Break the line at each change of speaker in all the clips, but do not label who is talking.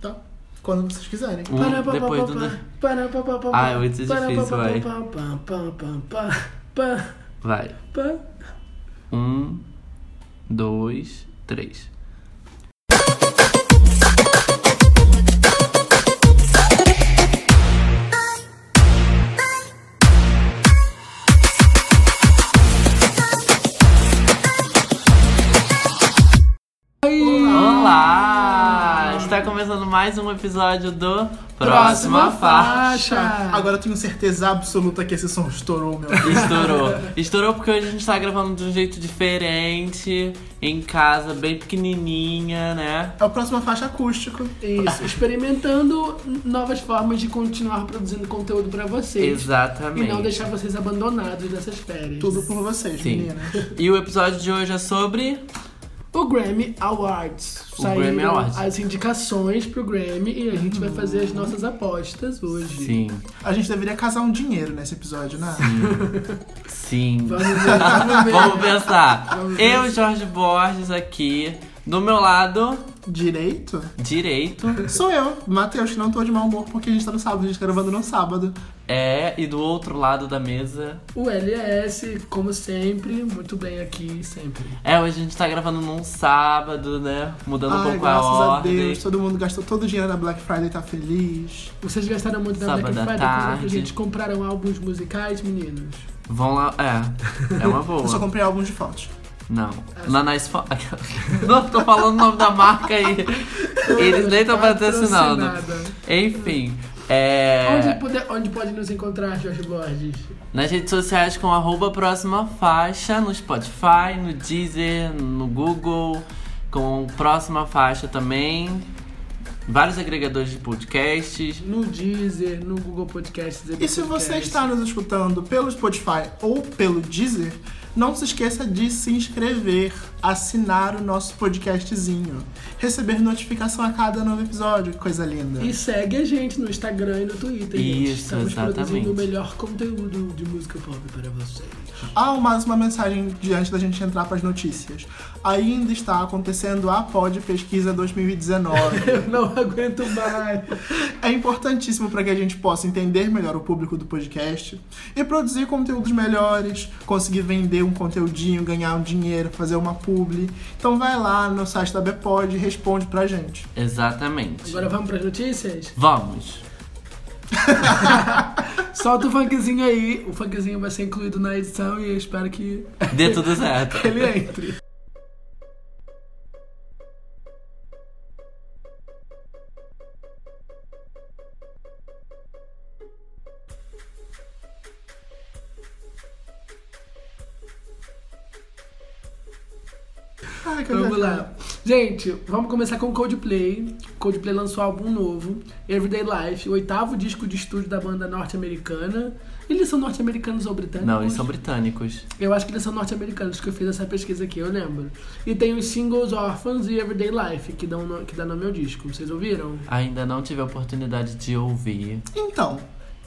tá? Quando vocês quiserem.
Um
Pará, pá, pá,
depois
pá,
do-
pá. Pará, pá, pá, pá,
Ah,
pá.
é muito
Pará, pá,
difícil,
pá,
vai.
pá, pá, pá, pá, pá, pá,
Vai.
pá.
Um, dois, três. Olá! Está começando mais um episódio do Próxima Faixa.
Ah. Agora eu tenho certeza absoluta que esse som estourou, meu.
Estourou. Estourou porque hoje a gente tá gravando de um jeito diferente, em casa, bem pequenininha, né?
É o próximo faixa acústico.
é Isso, experimentando novas formas de continuar produzindo conteúdo pra vocês. E
Exatamente.
não deixar vocês abandonados nessas férias.
Tudo por vocês,
Sim.
meninas.
E o episódio de hoje é sobre.
O Grammy Awards.
O Grammy Awards.
as indicações pro Grammy e a gente vai fazer as nossas apostas hoje.
Sim,
A gente deveria casar um dinheiro nesse episódio, né?
sim.
Vamos ver, vamos ver.
Vamos pensar. Eu, Jorge Borges, aqui, do meu lado
Direito?
direito,
Sou eu, Matheus, que não tô de mau humor porque a gente tá no sábado, a gente tá gravando no sábado.
é, e do outro lado da mesa.
O LS, como sempre, muito bem aqui, sempre.
É, hoje a gente tá gravando num sábado, né? Mudando um
Ai,
pouco a
graças a
ordem.
Deus, todo mundo gastou todo o dinheiro na Black Friday, tá feliz.
Vocês gastaram muito na
Sábado
Black
à
Friday,
tarde.
a gente compraram álbuns musicais, meninos.
Vão lá. É, é uma boa.
Eu só comprei álbuns de fotos.
Não. Lá na Esfa... Não, tô falando o nome da marca aí. Eles nem estão patrocinando.
Patrocinada.
Enfim.
Onde,
É,
puder- onde pode nos encontrar, Jorge Borges?
nas redes sociais com arroba próxima faixa, no Spotify, no Deezer, no Google, com próxima faixa também. Vários agregadores de podcasts.
No Deezer, no Google Podcasts. Apple
E se você
Podcasts.
está nos escutando pelo Spotify ou pelo Deezer, não se esqueça de se inscrever, assinar o nosso podcastzinho, receber notificação a cada novo episódio, que coisa linda.
E segue a gente no Instagram e no Twitter, gente.
Isso,
Estamos
exatamente.
produzindo o melhor conteúdo de música pop para vocês.
Ah, mais uma mensagem diante da gente entrar para as notícias. Ainda está acontecendo a Pod Pesquisa 2019.
Eu não aguento mais.
é importantíssimo para que a gente possa entender melhor o público do podcast e produzir conteúdos melhores, conseguir vender um conteúdinho, ganhar um dinheiro, fazer uma publi. Então vai lá no site da Bepod e responde pra gente.
Exatamente.
Agora vamos para as notícias?
Vamos.
Solta o funkzinho aí. O funkzinho vai ser incluído na edição e eu espero que
Dê tudo certo.
ele é entre.
Ai, que legal.
Vamos Então, lá. Gente, vamos começar com Coldplay. Coldplay lançou um álbum novo, Everyday Life, o oitavo disco de estúdio da banda norte-americana. Eles são norte-americanos ou britânicos?
Não, eles são britânicos.
Eu acho que eles são norte-americanos, que eu fiz essa pesquisa aqui, eu lembro. E tem os singles Orphans e Everyday Life, que, dão, no- que dá nome ao disco. Vocês ouviram?
Ainda não tive a oportunidade de ouvir.
Então,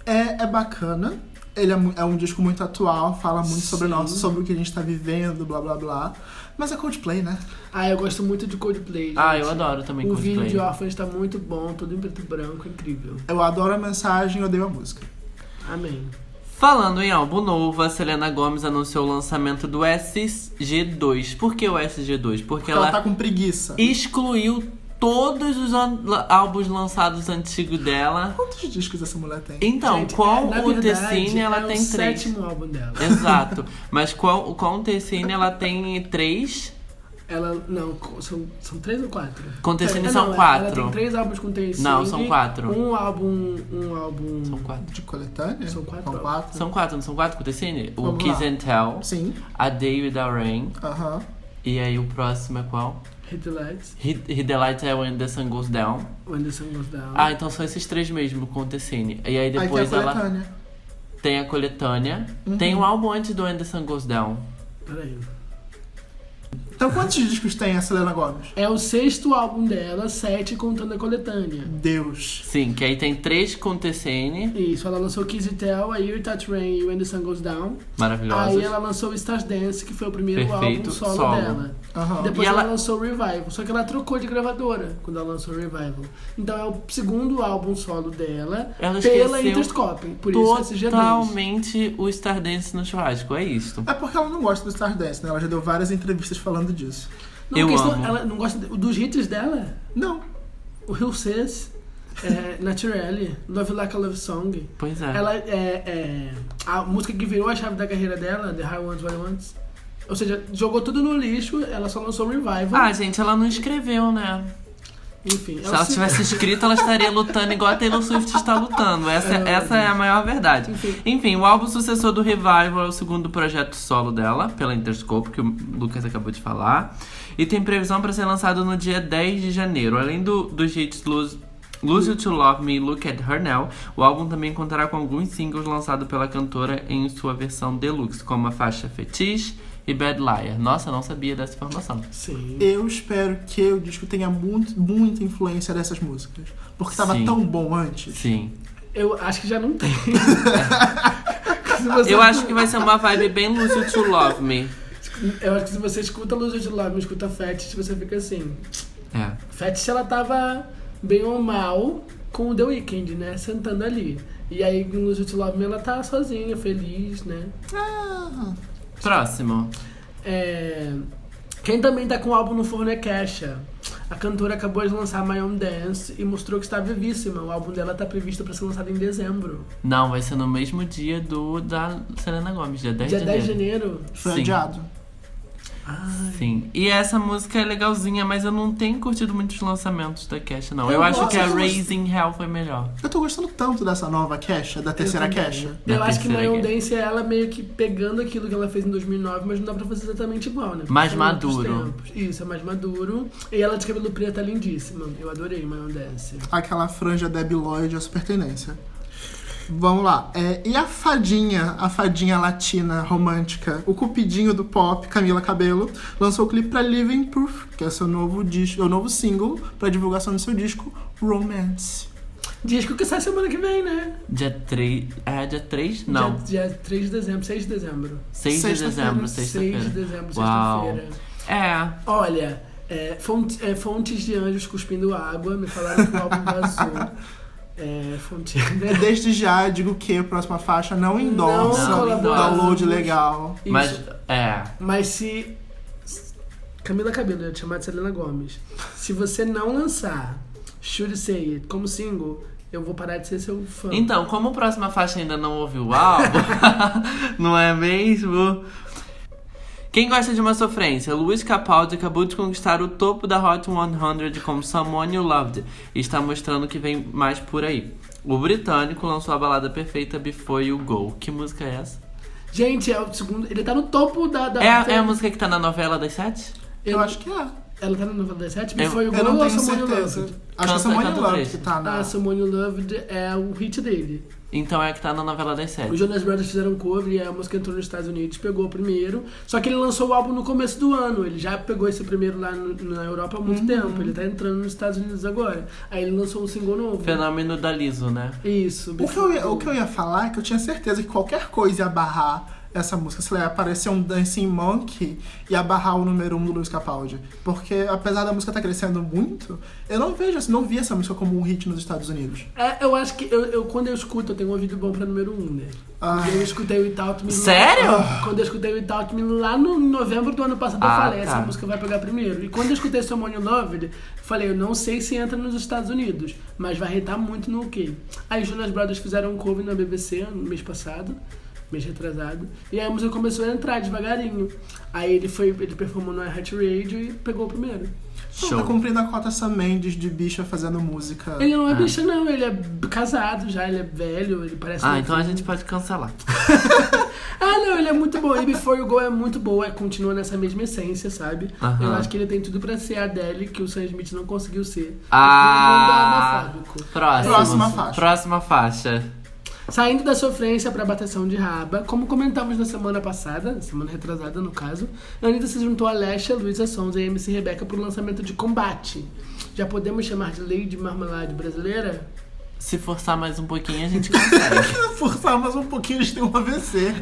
é, é bacana. Ele é, mu- é um disco muito atual, fala muito sobre
Sim.
nós, sobre o que a gente tá vivendo, blá blá blá. Mas é Coldplay, né?
Ah, eu gosto muito de Coldplay. gente.
Ah, eu adoro também
O
Coldplay.
vídeo de Orphans tá muito bom, todo em preto e branco, incrível.
Eu adoro a mensagem, odeio a música.
Amém.
Falando em álbum novo, a Selena Gomes anunciou o lançamento do SG2. Por que o SG2? Porque
Porque ela,
ela
tá com preguiça.
excluiu todos os an- la- álbuns lançados antigos dela.
Quantos discos essa mulher tem?
Então,
Gente, é,
qual
na
o
verdade,
Tecine ela
é
tem
o
três?
sétimo álbum dela.
Exato. Mas qual, com o Tecine ela tem três?
Ela, não, co- são, são três ou quatro?
Com Tecine
Ah,
são
não, Ela
quatro.
tem três álbuns com Tennessee.
Não, são quatro.
Um álbum, um álbum...
São quatro.
De coletânea?
São quatro.
São quatro?
São quatro, não são quatro com Tecine? O
Vamos
Kiss
lá.
and Tell,
Sim.
A Day With a Rain.
Aham.
E aí o próximo é qual?
Hit the Lights,
Hit, Hit the Light é When the Sun Goes Down.
When the Sun Goes Down.
Ah, então são esses três mesmo com o Tessine. E aí
Aí tem a
depois ela
coletânea.
tem a coletânea.
Uhum.
Tem um álbum antes do Anderson Goes Down.
Peraí.
Então quantos discos tem a Selena Gomez?
É o sexto álbum dela, sete contando a coletânea.
Deus.
Sim, que aí tem três com TCN
Isso, ela lançou Kiss and Tell, a Year That Rain e When the Sun Goes Down.
maravilhosas.
Aí ela lançou Stars Dance, que foi o primeiro
Perfeito,
álbum solo,
solo.
dela.
Aham.
Depois
E
ela...
ela-
lançou Revival, só que ela trocou de gravadora quando ela lançou Revival. Então é o segundo álbum solo dela
Ela
pela
esqueceu
Interscope, por isso SG2.
Totalmente o Stardance no churrasco, é isto.
É porque ela não gosta do Stardance, né? Ela já deu várias entrevistas falando disso.
Não,
Eu
questão,
amo.
ela não gosta de- dos hits dela,
Não.
o Hill Says, é, Naturally, Love Like a Love Song.
Pois é.
Ela é, é- A música que virou a chave da carreira dela, The High Ones What I Want. Ou seja, jogou tudo no lixo, ela só lançou Revival.
Ah, gente, ela não escreveu, né?
enfim,
Se ela
se-
tivesse escrito, ela estaria lutando igual a Taylor Swift está lutando. Essa,
É,
essa é a maior verdade.
Enfim.
Enfim, o álbum sucessor do Revival é o segundo projeto solo dela, pela Interscope, que o Lucas acabou de falar. E tem previsão para ser lançado no dia 10 de janeiro. Além do, dos hits Lose, Lose You To Love Me e Look At Her Now, o álbum também contará com alguns singles lançados pela cantora em sua versão deluxe, como a faixa Fetiche e Bad Liar. Nossa, não sabia dessa informação.
Sim.
Eu espero que o disco tenha muito, muita influência dessas músicas. Porque tava
Sim.
tão bom antes.
Sim.
Eu acho que já não tem. Se você-
Eu acho que vai ser uma vibe bem Lose You To Love Me.
Eu acho que se você escuta Luz de Lábio, escuta Fetish, você fica assim.
É.
Fetish ela tava bem ou mal com o The Weeknd, né? Sentando ali. E aí no Luz de Lábio ela tá sozinha, feliz, né?
Ah,
Próximo.
É, Quem também tá com o álbum no forno é Kesha. A cantora acabou de lançar My Own Dance e mostrou que está vivíssima. O álbum dela tá previsto para ser lançado em dezembro.
Não, vai ser no mesmo dia do da Selena Gomes, dia 10
Dia
de
10 de
janeiro.
janeiro.
foi
Sim.
adiado.
Sim. E essa música é legalzinha, mas eu não tenho curtido muitos lançamentos da Kesha, não. Eu,
Eu
acho
gosto,
que a
eu gosto.
Raising Hell foi melhor.
Eu tô gostando tanto dessa nova Kesha, da terceira
Eu também.
Kesha.
Da
Eu acho que
terceira
Mayon
guerra.
Dance é ela meio que pegando aquilo que ela fez em 2009, mas não dá pra fazer exatamente igual, né? Porque
Mais
são outros
maduro.
tempos. Isso, é mais maduro. E ela de cabelo preto é lindíssima. Eu adorei Mayon Dance.
Aquela franja Debbie Lloyd é a super tendência. Vamos lá. É, e a fadinha, a fadinha latina romântica, o cupidinho do pop, Camila Cabello, lançou o clipe pra Living Proof, que é seu novo disco, é o novo single pra divulgação do seu disco Romance.
Disco que sai semana que vem, né?
Dia 3. É, dia 3? Não.
Dia, dia 3 de dezembro, 6 de dezembro.
6 de
Sexta-feira.
dezembro,
6 de
sexta-feira.
dezembro,
tá Uau.
sexta-feira.
É.
Olha, é, fonte- é, fontes de anjos cuspindo água me falaram que o álbum vazou. É, fonte...
Desde já digo que a próxima faixa não endorsa
Não
o
colaboramos.
download legal.
Isso.
Mas. É.
Mas se. Camila Cabello, eu ia te chamar de Selena Gomes. Se você não lançar Should Say It como single, eu vou parar de ser seu fã.
Então, como a próxima faixa ainda não ouviu o álbum, não é mesmo? Quem gosta de uma sofrência? Luiz Capaldi acabou de conquistar o topo da Hot 100 com Someone You Loved e está mostrando que vem mais por aí. O britânico lançou a balada perfeita Before You Go. Que música é essa?
Gente, é o segundo. Ele tá no topo da. da
É a, é a música que tá na novela das sete?
Eu acho que é.
Ela tá no 97,
Eu-
mas foi
Eu
o Gol
não
ou
tenho
Someone You
certeza.
Loved?
Acho que é
Canta-
Someone
canta o
Love
trecho.
que tá na.
Ah, Someone You Loved é o hit dele.
Então é a que tá na novela das
Os
sete.
Jonas Brothers fizeram um cover e a música entrou nos Estados Unidos, pegou primeiro. Só que ele lançou o álbum no começo do ano. Ele já pegou esse primeiro lá no- na Europa há muito
Uhum.
tempo. Ele tá entrando nos Estados Unidos agora. Aí ele lançou um single novo.
Fenômeno da Liso, né?
Isso.
O que, eu ia, o que eu ia falar é que eu tinha certeza que qualquer coisa ia barrar essa música. Se lá, ia aparecer um Dancing Monkey e ia barrar o número um do Luiz Capaldi. Porque apesar da música estar crescendo muito, eu não vejo, assim, não vi essa música como um hit nos Estados Unidos.
É, eu acho que eu, eu- quando eu escuto, eu tenho um ouvido bom pra número 1, um, né?
Ah.
Eu escutei o Without Me.
Sério?
Quando eu escutei o Without Me lá no em novembro do ano passado,
Ah,
eu falei, essa
tá.
música vai pegar primeiro. E quando eu escutei Someone You Loved, eu falei, eu não sei se entra nos Estados Unidos, mas vai retar muito no UK. Aí os Jonas Brothers fizeram um cover na BBC no mês passado. Mês retrasado. E aí a música começou a entrar devagarinho. Aí ele foi, ele performou no Hat Radio e pegou o primeiro.
Então, tá
Show.
cumprindo a cota Sam Mendes de bicha fazendo música.
Ele não é
Ah.
bicha, não, ele é b- casado já, ele é velho, ele parece.
Ah,
novinho.
então a gente pode cancelar.
Ah, não, ele é muito bom. E Before You Go é muito boa, é, continua nessa mesma essência, sabe?
Aham.
Eu acho que ele tem tudo pra ser a Adele, que o Sam Smith não conseguiu ser.
Ah.
Ele é um mundo homofóbico.
Próximo.
Próxima faixa.
Próxima faixa.
Saindo da sofrência pra batação de raba, como comentamos na semana passada, semana retrasada no caso, Anitta se juntou a Lesha, Luísa Sonza e MC Rebeca pro lançamento de Combate. Já podemos chamar de Lady Marmalade brasileira?
Se forçar mais um pouquinho, a gente consegue.
Forçar mais um pouquinho, eles têm um AVC.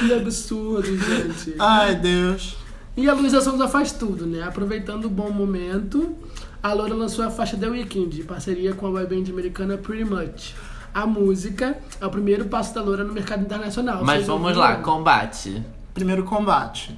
Que absurdo, gente.
Ah,
Ai, Deus.
E a Luísa Sonza faz tudo, né? Aproveitando o bom momento, a Loura lançou a faixa The Weeknd, em parceria com a boyband americana Pretty Much. A música é o primeiro passo da Loura no mercado internacional.
Mas
Vocês
vamos
ouviram?
lá, combate.
Primeiro combate.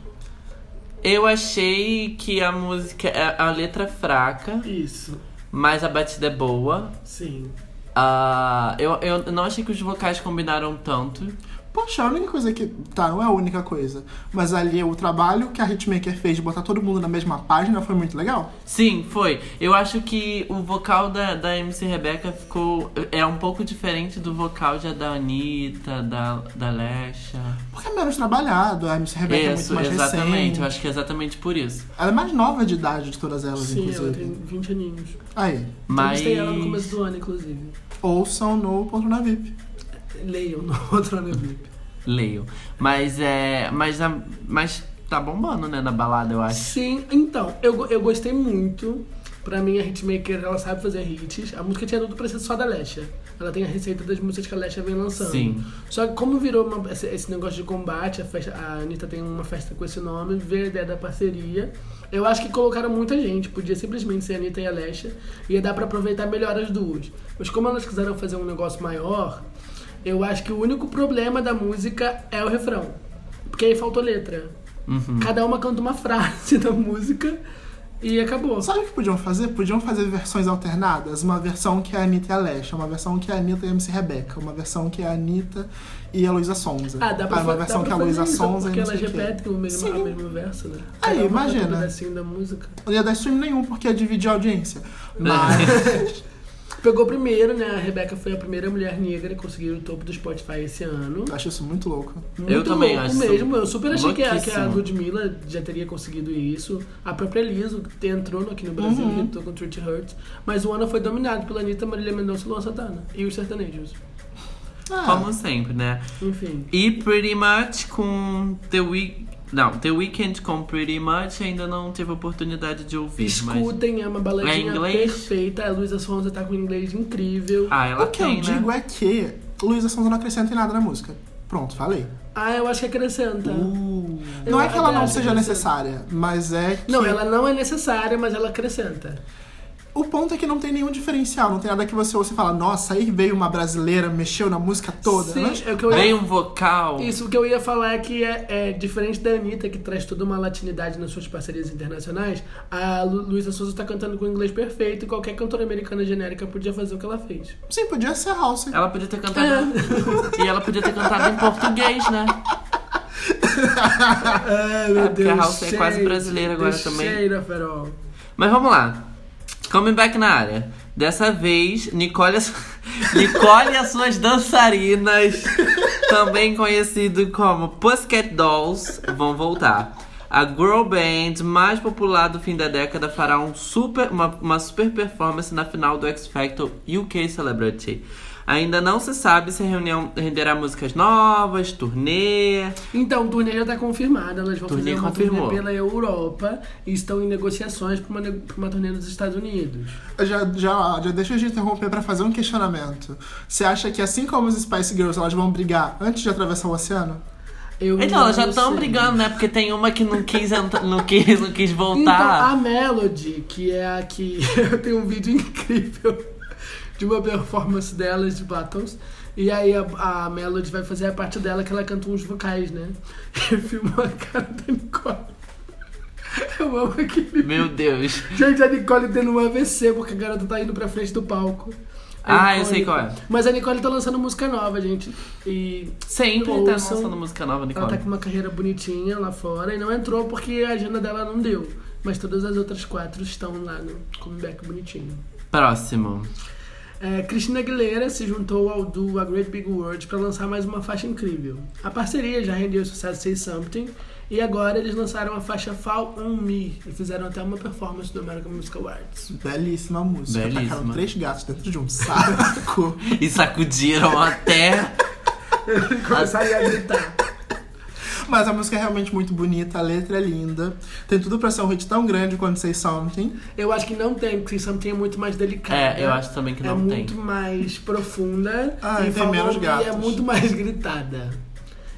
Eu achei que a música, a a letra é fraca,
Isso,
mas a batida é boa.
sim.
Ah, eu, eu não achei que os vocais combinaram tanto.
Poxa, a única coisa que. Tá, não é a única coisa. Mas ali é o trabalho que a Hitmaker fez de botar todo mundo na mesma página foi muito legal.
Sim, foi. Eu acho que o vocal da, da MC Rebeca ficou. É um pouco diferente do vocal já da Anitta, da, da Lesha.
Porque é menos trabalhado, a MC Rebeca é muito
Isso,
mais
exatamente.
recente.
Eu acho que é exatamente por isso.
Ela é mais nova de idade de todas elas,
Sim,
inclusive.
ela tem 20 aninhos.
Aí.
Mas.
Entrevistei ela no começo do ano, inclusive.
Ouçam no ponto na VIP.
Leiam no outro ano VIP.
Leio. Mas é. Mas, a- mas tá bombando, né, na balada, eu acho.
Sim, então, eu, go- eu gostei muito. Pra mim, a hitmaker, ela sabe fazer hits. A música tinha tudo pra ser só da Lesha. Ela tem a receita das músicas que a Lesha vem lançando.
Sim.
Só que como virou uma- esse, esse negócio de combate, a, festa, a Anitta tem uma festa com esse nome, veio a ideia da parceria. Eu acho que colocaram muita gente, podia simplesmente ser a Anitta e a Lesha, ia dar pra aproveitar melhor as duas. Mas como elas quiseram fazer um negócio maior, eu acho que o único problema da música é o refrão. Porque aí faltou letra.
Uhum.
Cada uma canta uma frase da música e acabou.
Sabe o que podiam fazer? Podiam fazer versões alternadas. Uma versão que é a Anitta e a Lesha, uma versão que é a Anitta e a MC Rebeca, uma versão que é a Anitta e a Luísa Sonza.
Ah, dá pra,
Aí
fa-
uma
dá
versão
pra
que é a
fazer
Luísa
isso,
Sonza e
Porque
não sei
elas
o quê.
repetem o mesmo,
Sim.
o mesmo verso, né?
Aí,
Cada uma canta
imagina.
Um pedacinho da música.
Não ia dar stream nenhum, porque ia dividir a audiência.
É.
Mas.
Pegou primeiro, né? A Rebeca foi a primeira mulher negra a conseguir o topo do Spotify esse ano.
eu acho isso muito louco.
Muito
Eu também
louco
acho isso
mesmo. Eu super achei que a, que a
louquíssimo.
Ludmilla já teria conseguido isso. A própria Lizzo que te- entrou no- aqui no Brasil,
Uhum.
uhum. com o Treat Hurts. Mas o ano foi dominado pela Anitta, Marília Mendonça e Luan Santana. E os sertanejos.
Ah,
Como sempre, né?
Enfim.
E Pretty Much com The Week. Não, The Weeknd com Pretty Much ainda não tive oportunidade de ouvir. Mas...
Escutem, é uma baladinha
É inglês?
perfeita. A Luísa Sonza tá com um inglês incrível.
Ah, ela
o que
tem,
eu
né?
digo é que Luísa Sonza não acrescenta em nada na música. Pronto, falei.
Ah, eu acho que acrescenta.
Uh,
Eu
não é que ela não
acho
seja
que acrescenta.
necessária, mas é que.
Não, ela não é necessária, mas ela acrescenta.
O ponto é que não tem nenhum diferencial, não tem nada que você ouça e fala, nossa, aí veio uma brasileira, mexeu na música toda. né?
Sim,
Mas
é o que eu ia
veio um vocal.
Isso o que eu ia falar é que é, é diferente da Anitta, que traz toda uma latinidade nas suas parcerias internacionais, a Lu Luísa Souza tá cantando com inglês perfeito e qualquer cantora americana genérica podia fazer o que ela fez.
Sim, podia ser House.
Ela podia ter cantado. E ela podia ter cantado em português, né?
Ah,
Ai, meu
É, porque a Deus, House é quase shade, brasileira agora the também. shade Mas vamos lá. Coming back na área. Dessa vez, Nicole, Nicole e as suas dançarinas, também conhecido como Pussycat Dolls, vão voltar. A girl band mais popular do fim da década fará um super, uma, uma super performance na final do X Factor UK Celebrity. Ainda não se sabe se a reunião renderá músicas novas, turnê.
Então, o turnê já tá confirmado, elas vão
Turnê
fazer uma
confirmou.
turnê pela Europa e estão em negociações pra uma, ne- pra uma turnê nos Estados Unidos.
Já, já, já deixa eu te interromper pra fazer um questionamento. Você acha que assim como os Spice Girls, elas vão brigar antes de atravessar o oceano?
Eu
Então, elas
não
já estão
sei.
brigando, né? Porque tem uma que não quis, entra- não quis, não quis
Então,
voltar.
a Melody, que é a que eu tenho um vídeo incrível de uma performance delas de Battles. E aí a, a Melody vai fazer a parte dela que ela canta uns vocais, né? E filmou a cara da Nicole. Eu amo aquele.
Meu Deus.
Gente, a Nicole tendo um AVC, porque a garota tá indo pra frente do palco.
Ah, eu
Icônica.
sei qual é.
Mas a Nicole tá lançando música nova, gente. E
Sempre tá
Ouçam.
lançando música nova,
ela tá
Nicole.
com uma carreira bonitinha lá fora e não entrou porque a agenda dela não deu. Mas todas as outras quatro estão lá no comeback bonitinho.
Próximo.
É, Cristina Aguilera se juntou ao duo A Great Big World para lançar mais uma faixa incrível. A parceria já rendeu o sucesso Say Something e agora eles lançaram a faixa Fall On Me e fizeram até uma performance do American Music Awards.
Belíssima música.
Belíssima.
Tacaram três gatos dentro de um saco.
E sacudiram até.
Começaram a gritar.
Mas a música é realmente muito bonita, a letra é linda. Tem tudo pra ser um hit tão grande quanto Say Something.
Eu acho que não tem, porque Something é muito mais delicada.
É, eu acho também que
é
não tem.
muito mais profunda
Ah,
e
tem
falou
menos
que
gatos.
é muito mais gritada.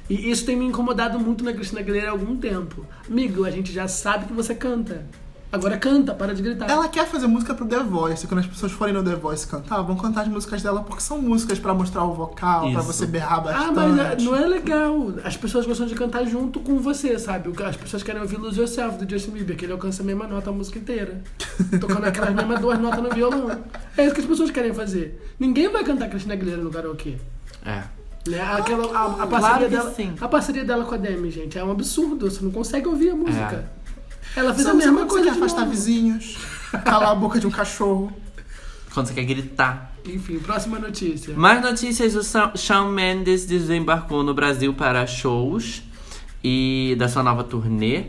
E isso tem me incomodado muito na Cristina Aguilera há algum tempo. Amigo, a gente já sabe que você canta. Agora canta, para de gritar.
Ela quer fazer música pro The Voice. Quando as pessoas forem no The Voice cantar, vão cantar as músicas dela porque são músicas pra mostrar o vocal, pra
Isso.
você berrar bastante.
ah, mas é- não é legal. As pessoas gostam de cantar junto com você, sabe? O que- As pessoas querem ouvir Lose Yourself do Justin Bieber, que ele alcança a mesma nota a música inteira. Tocando aquelas mesmas duas notas no violão. É isso que as pessoas querem fazer. Ninguém vai cantar Cristina Aguilera no karaokê.
É.
Né? Aquela, a, a parceria
Claro que
dela,
sim.
a parceria dela com a Demi, gente, é um absurdo. Você não consegue ouvir a música. Ela fez
Sabe
a mesma
quando
coisa
Você
de
quer afastar
novo.
vizinhos, calar a boca de um cachorro.
Quando você quer gritar.
Enfim, próxima notícia.
Mais notícias: o Sa- Shawn Mendes desembarcou no Brasil para shows e da sua nova turnê.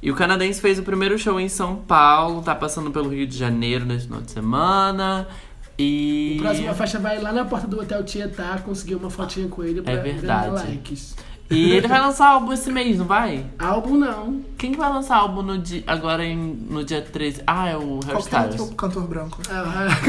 E o canadense fez o primeiro show em São Paulo, tá passando pelo Rio de Janeiro nesse final de semana. E.
Próxima faixa vai lá na porta do Hotel Tietá conseguir uma fotinha com ele pra
verdade.
ganhar likes.
E ele vai lançar álbum esse mês, não vai?
Álbum não.
Quem que vai lançar álbum no di- agora em- no dia 13? Ah, é o
um
Harry
Qualquer
Styles.
outro cantor branco.
Ah,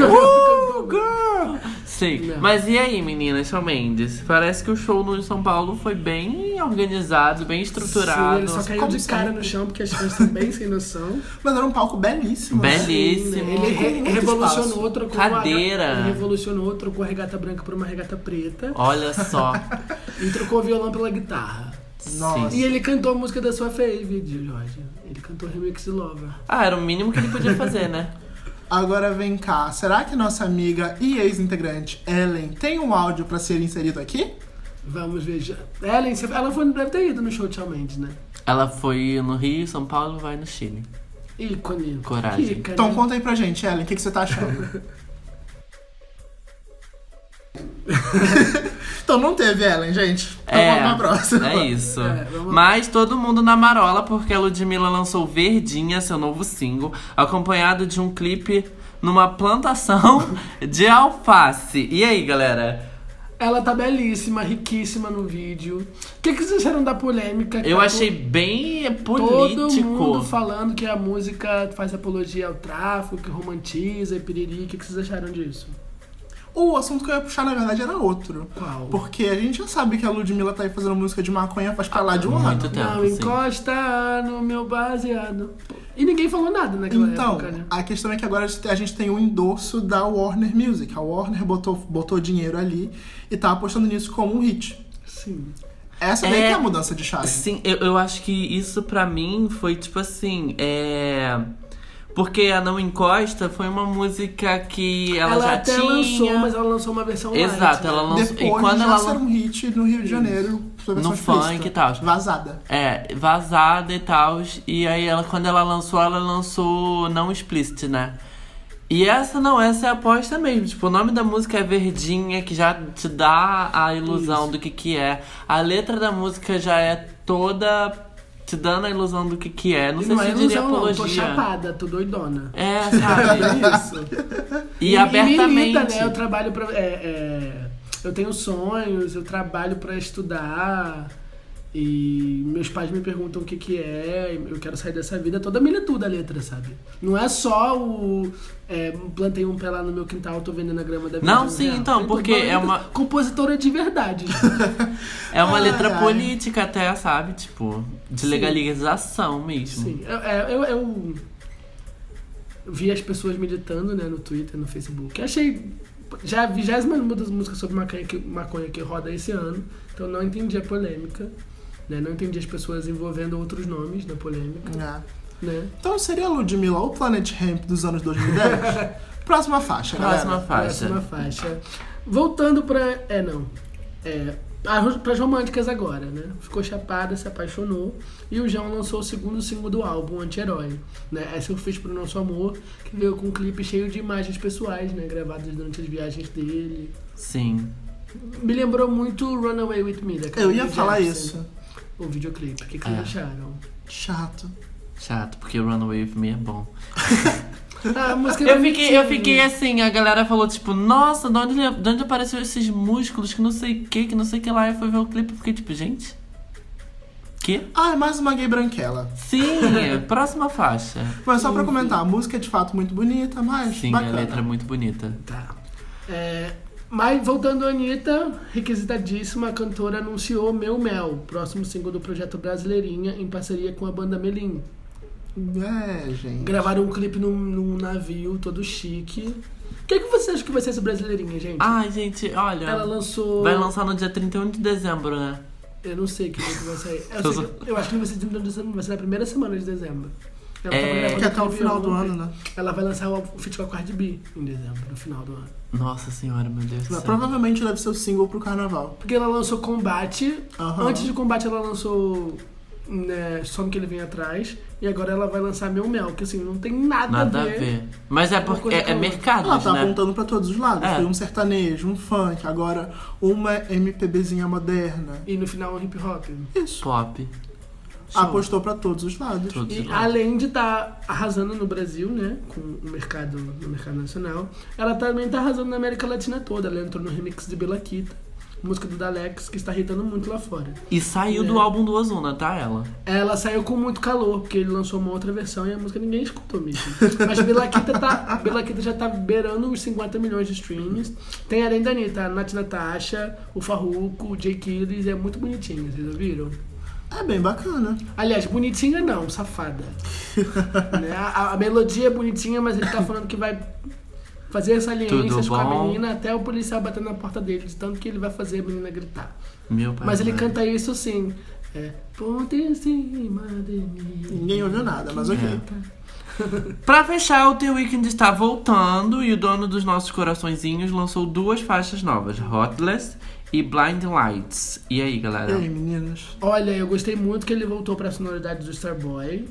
Uh!
Sim.
Não.
Mas e aí, meninas, Shawn Mendes? Parece que o show no São Paulo foi bem organizado, bem
Sim,
estruturado.
ele só caiu
como
de cara
sempre.
no chão porque as fãs estão bem sem noção.
Mas era um palco belíssimo. né?
Belíssimo. Belíssimo.
Ele
Com
re
muito
revolucionou
espaço.
outra com
Cadeira.
Uma, ele revolucionou outra com a regata branca por uma regata preta
Olha só.
e trocou o violão pela guitarra.
Nossa.
Sim.
E ele cantou a música da sua fave, Jorge. Ele cantou Remix de Lover.
Ah, era o mínimo que ele podia fazer, né?
Agora vem cá, será que nossa amiga e ex-integrante Ellen tem um áudio pra ser inserido aqui?
Vamos ver. já. Ellen, você- ela foi, deve ter ido no show de Shawn Mendes, né?
Ela foi no Rio, São Paulo, vai no Chile.
Ícone.
Coragem.
Que ícone.
Então conta aí pra gente, Ellen, o que, que você tá achando? então não teve, Ellen, gente. Então vamos pra próxima.
é isso.
É, vamos-
Mas todo mundo na marola, porque a Ludmilla lançou Verdinha, seu novo single, acompanhado de um clipe numa plantação de alface. E aí, galera?
Ela tá belíssima, riquíssima no vídeo. O que, que vocês acharam da polêmica?
Eu
Tá
achei bem político.
Todo mundo falando que a música faz apologia ao tráfico, que romantiza e piriri. O que, que vocês acharam disso?
O assunto que eu ia puxar, na verdade, era outro.
Qual?
Porque a gente já sabe que a Ludmilla tá aí fazendo música de maconha faz pra lá de um
Muito
ano.
tempo,
Não
sim.
encosta no meu baseado. E ninguém falou nada naquela
Então,
época, né?
a questão é que agora a gente tem o endosso da Warner Music. A Warner botou, botou dinheiro ali e tá apostando nisso como um hit.
Sim.
Essa daí
É.
que é a mudança de chave.
Sim, eu, eu acho que isso pra mim foi tipo assim, é. Porque a Não Encosta foi uma música que ela,
Ela
já
até
tinha.
lançou, mas ela lançou uma versão light.
Exato,
né?
ela lançou.
Depois
e quando
já
ela
ser um hit no Rio de Janeiro. sua versão
No
explícita.
funk e tal.
Vazada.
É, vazada e tal. E aí ela, quando ela lançou, ela lançou não explicit, né? E essa não, essa é a aposta mesmo. Tipo, o nome da música é Verdinha, que já te dá a ilusão do que que é. A letra da música já é toda te dando a ilusão do que que é. Não
E
sei
não
se
é
eu diria
ilusão, não. Tô
apologia.
chapada, tô doidona.
é, sabe?
isso.
e, abertamente.
milita, né? Eu trabalho pra. é, é, eu tenho sonhos, eu trabalho pra estudar. E meus pais me perguntam o que que é, eu quero sair dessa vida, toda milituda a letra, sabe? Não é só o é, plantei um pé lá no meu quintal, tô vendendo a grama da vida.
Não, sim, então, porque é uma-
Compositora de verdade.
É uma
Ai,
letra
ai.
política até, sabe? Tipo, de legalização mesmo.
Sim, eu, é, eu, eu vi as pessoas militando né, no Twitter, no Facebook. achei já é a vigésima das músicas sobre maconha que, maconha que roda esse ano, então não entendi a polêmica. Né? Não entendi as pessoas envolvendo outros nomes na polêmica.
É.
Né?
Então seria a Ludmilla ou Planet Hemp dos anos 2010? Próxima faixa,
Próxima
galera.
faixa.
Próxima faixa. Voltando pra. É, não. É, Para as românticas agora, né? Ficou chapada, se apaixonou e o João lançou o segundo single do álbum, Anti-Herói. Né? Essa eu fiz pro Nosso Amor, que veio com um clipe cheio de imagens pessoais, né? Gravadas durante as viagens dele.
Sim.
Me lembrou muito Runaway With Me, da
Eu
Carly
ia falar
Jepsen,
isso.
O videoclipe. O que, que vocês
É.
acharam?
Chato.
Chato, porque Runaway With Me é bom.
Ah, a música é
Eu fiquei, eu
bonitinha.
fiquei assim, a galera falou, tipo, nossa, de onde, de onde apareceu esses músculos que não sei o que, que não sei o que lá. Eu fui ver o clipe e fiquei, tipo, gente. Que?
Ah, é mais uma gay branquela.
Sim, próxima faixa.
Mas só pra
Enfim.
comentar, a música é de fato muito bonita, mas
Sim, a
bacana.
letra é muito bonita.
Tá. É, mas voltando à Anitta, requisitadíssima, a cantora anunciou Meu Mel, próximo single do projeto Brasileirinha, em parceria com a banda Melim.
É, gente.
Gravaram um clipe num, num navio todo chique. O que, que você acha que vai ser essa Brasileirinha, gente?
Ai, gente, olha.
Ela lançou.
Ah, Vai lançar no dia 31 de dezembro, né?
Eu não sei que dia que vai sair. Eu, sei que- eu acho que vai ser, de dezembro, vai ser na primeira semana de dezembro. Ela tá
É,
gravando
Que até o
clipe
final do
ontem.
ano, né?
Ela vai lançar o feat com a Cardi B em dezembro, no final do ano.
Nossa senhora, meu Deus do
Mas
céu.
Provavelmente deve ser o single pro carnaval.
Porque ela lançou Combate.
Aham.
Antes de Combate, ela lançou né, Some Que Ele Vem Atrás. E agora ela vai lançar Meu Mel, que assim, não tem nada,
Nada a ver. Mas é
Uma
porque
coisa
é,
com
é
a outra.
mercados,
Ela tá
né?
apontando pra todos os lados.
É.
Foi um sertanejo, um funk, agora uma MPBzinha moderna.
E no final, é um hip hop.
Isso.
Pop.
Show.
Apostou pra todos os lados.
Todos
E
os lados.
além de estar arrasando no Brasil, né, com o mercado, no mercado nacional, ela também tá arrasando na América Latina toda. Ela entrou no remix de Bela Kita, música do Dalex, que está irritando muito lá fora.
E saiu do
É.
álbum do Ozuna, tá? Ela.
Ela saiu com muito calor, porque ele lançou uma outra versão e a música ninguém escutou mesmo. Mas Bela Kita tá, Bela Kita já tá beirando os 50 milhões de streams. Tem além da Anitta, a Nath Natasha, o Farruko, o Jay Killis, é muito bonitinha, vocês ouviram?
É bem bacana.
Aliás, bonitinha não, safada. Né? a, a melodia é bonitinha, mas ele tá falando que vai fazer essa aliança
Tudo
com a
bom?
menina até o policial bater na porta dele, de tanto que ele vai fazer a menina gritar.
Meu pai.
Mas ele
Uhum.
né?
canta isso sim. É. Ponte em cima de mim.
Ninguém ouviu nada, mas ok.
É. Pra fechar, o The Weeknd está voltando e o dono dos nossos coraçõezinhos lançou duas faixas novas, Hotless e Blind Lights. E aí,
E
galera?
aí, meninas?
Olha, eu gostei muito que ele voltou pra sonoridade do Starboy,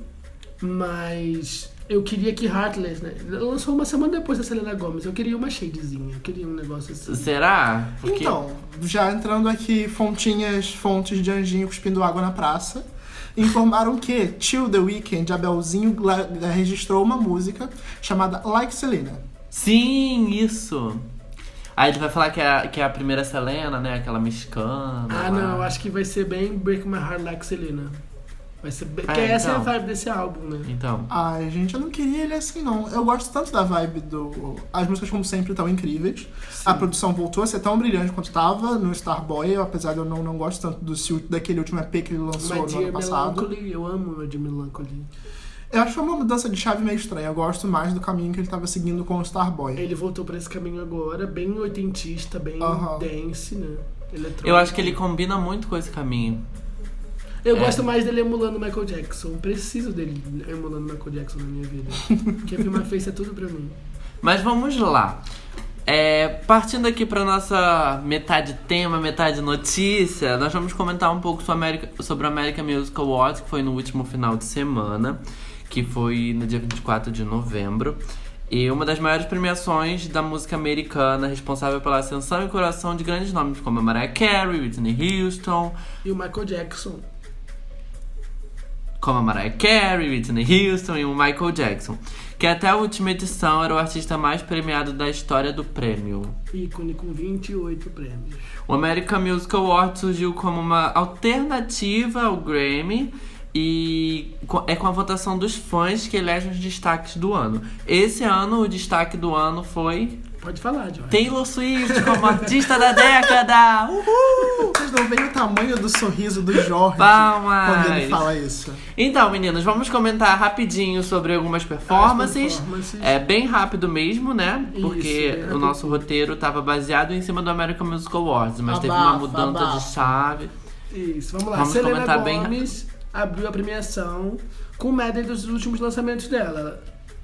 mas eu queria que Heartless, né? Lançou uma semana depois da Selena Gomez. Eu queria uma shadezinha, eu queria um negócio assim.
Será?
Então, já entrando aqui, fontinhas, fontes de anjinho cuspindo água na praça, informaram que Till The Weeknd, Abelzinho, gla- registrou uma música chamada Like Selena.
Sim, isso. Aí ele vai falar que é, a- que é a primeira Selena, né? Aquela mexicana.
Ah,
lá.
não, eu acho que vai ser bem Break My Heart Like Selena. Vai ser bem...
Ah,
Porque essa é a
então.
vibe desse álbum, né?
Então,
Ai, gente, eu não queria ele assim, não. Eu gosto tanto da vibe do... As músicas, como sempre, tão incríveis. A produção voltou a ser tão brilhante quanto tava no Starboy, eu, apesar de eu não, não gosto tanto do, seu- daquele último EP que ele lançou
My
no ano
Dear
passado.
Melancholy, eu amo My Dear Melancholy.
Eu acho uma mudança de chave meio estranha. Eu gosto mais do caminho que ele tava seguindo com o Starboy.
Ele voltou pra esse caminho agora, bem oitentista, bem
Aham.
dance, né? Eletrônico.
eu acho que ele combina muito com esse caminho.
Eu
É.
gosto mais dele emulando o Michael Jackson. Preciso dele emulando o Michael Jackson na minha vida. Kevin McFace é tudo pra mim.
Mas vamos lá. É, partindo aqui para nossa metade tema, metade notícia, nós vamos comentar um pouco sobre, a América, sobre o American Music Awards, que foi no último final de semana, que foi no dia 24 de novembro. E uma das maiores premiações da música americana, responsável pela ascensão e coração de grandes nomes como a Mariah Carey, Whitney Houston,
E o Michael Jackson.
como a Mariah Carey, Whitney Houston e o Michael Jackson, que até a última edição era o artista mais premiado da história do prêmio.
Ícone com 28 prêmios.
O American Music Award surgiu como uma alternativa ao Grammy e co- é com a votação dos fãs que elegem os destaques do ano. Esse ano, o destaque do ano foi
Pode falar, Jorge.
Taylor Swift como artista da década! Uhul!
Vocês não veem o tamanho do sorriso do Jorge
Palmas!
quando ele fala isso.
Então, meninos, vamos comentar rapidinho sobre algumas performances.
performances.
É bem rápido mesmo, né?
Ah, Isso, bem
Porque
rápido.
o nosso roteiro estava baseado em cima do American Music Awards, mas teve uma
Abafa,
mudança
abafa.
de chave.
Isso, vamos lá.
Vamos
Selena
comentar bem
Gomes abriu a premiação com o média dos últimos lançamentos dela.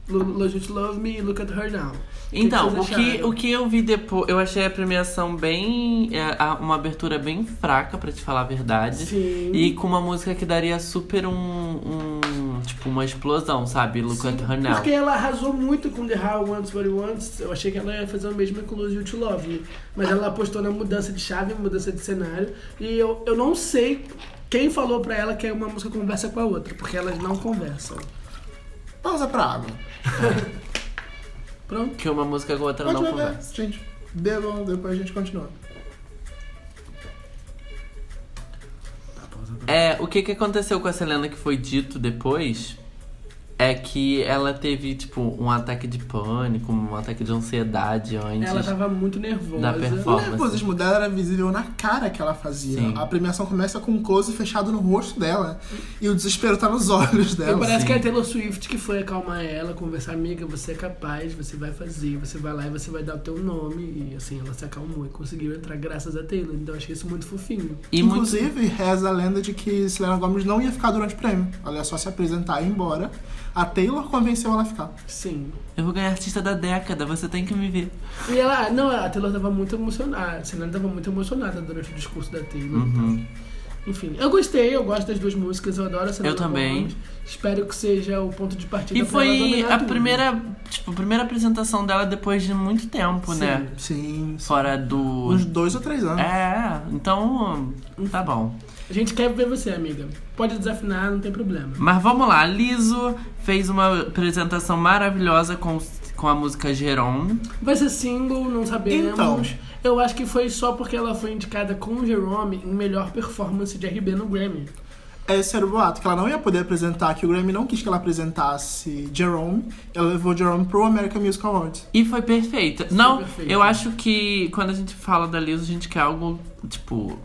Lo- Lo- Just Love Me e Look at Her Now.
Então,
que
o
vocês
que,
acharam?
o que eu vi depois, eu achei a premiação bem. é, a- uma abertura bem fraca, pra te falar a verdade.
Sim.
E com uma música que daria super um. um- tipo, uma explosão, sabe? Look at her now.
Porque ela arrasou muito com The How Wants What He Wants. Eu achei que ela ia fazer o mesmo com Lose You to Love Me. Mas ela apostou na mudança de chave, mudança de cenário. E eu, eu não sei quem falou pra ela que é uma música conversa com a outra. Porque elas não conversam.
Pausa pra água.
Pronto.
Que uma música com a outra
Pode
não
beber,
conversa.
né? gente. Bebam, depois a gente continua.
É, o que que aconteceu com a Selena que foi dito depois é que ela teve, tipo, um ataque de pânico, um ataque de ansiedade antes.
Ela tava muito nervosa.
Da
O
performance. Forma,
nervosismo dela era visível na cara que ela fazia.
Sim.
A premiação começa com um close fechado no rosto dela e o desespero tá nos olhos
E
dela.
parece
sim.
que é a Taylor Swift que foi acalmar ela, conversar, amiga, você é capaz, você vai fazer, você vai lá e você vai dar o teu nome. E assim, ela se acalmou e conseguiu entrar graças a Taylor. Então eu achei isso muito fofinho.
E muito-
Inclusive, reza a lenda de que Selena Gomez não ia ficar durante o prêmio. Ela ia só se apresentar e ir embora. A Taylor convenceu ela a ficar.
Sim.
Eu vou ganhar artista da década, você tem que me ver.
E ela, não, a Taylor tava muito emocionada, a Selena tava muito emocionada durante o discurso da Taylor.
Uhum.
Enfim, eu gostei, eu gosto das duas músicas, eu adoro a Selena
Eu também.
Gomez. Espero que seja o ponto de partida
E
pra ela
foi
dominar
a
tudo.
primeira, tipo, a primeira apresentação dela depois de muito tempo,
Sim.
né?
Sim,
Fora do.
uns dois ou três anos.
É, então tá bom.
A gente quer ver você, amiga. Pode desafinar, não tem problema.
Mas vamos lá, Liso fez uma apresentação maravilhosa com, com a música Geron.
Vai ser single, não sabemos.
Então.
Eu acho que foi só porque ela foi indicada com o Jerome em melhor performance de RB no Grammy.
Esse era o boato, que ela não ia poder apresentar, que o Grammy não quis que ela apresentasse Jerome. Ela levou Jerome pro American Music Awards.
E foi perfeita. não,
perfeita.
eu acho que quando a gente fala da Liso, a gente quer algo tipo.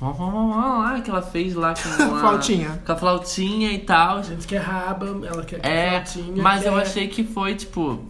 Vamos vamos lá, que ela fez lá com a
Flautinha.
Com a flautinha e tal.
A gente quer raba, ela quer
É,
flautinha,
mas
quer-
eu achei que foi, tipo,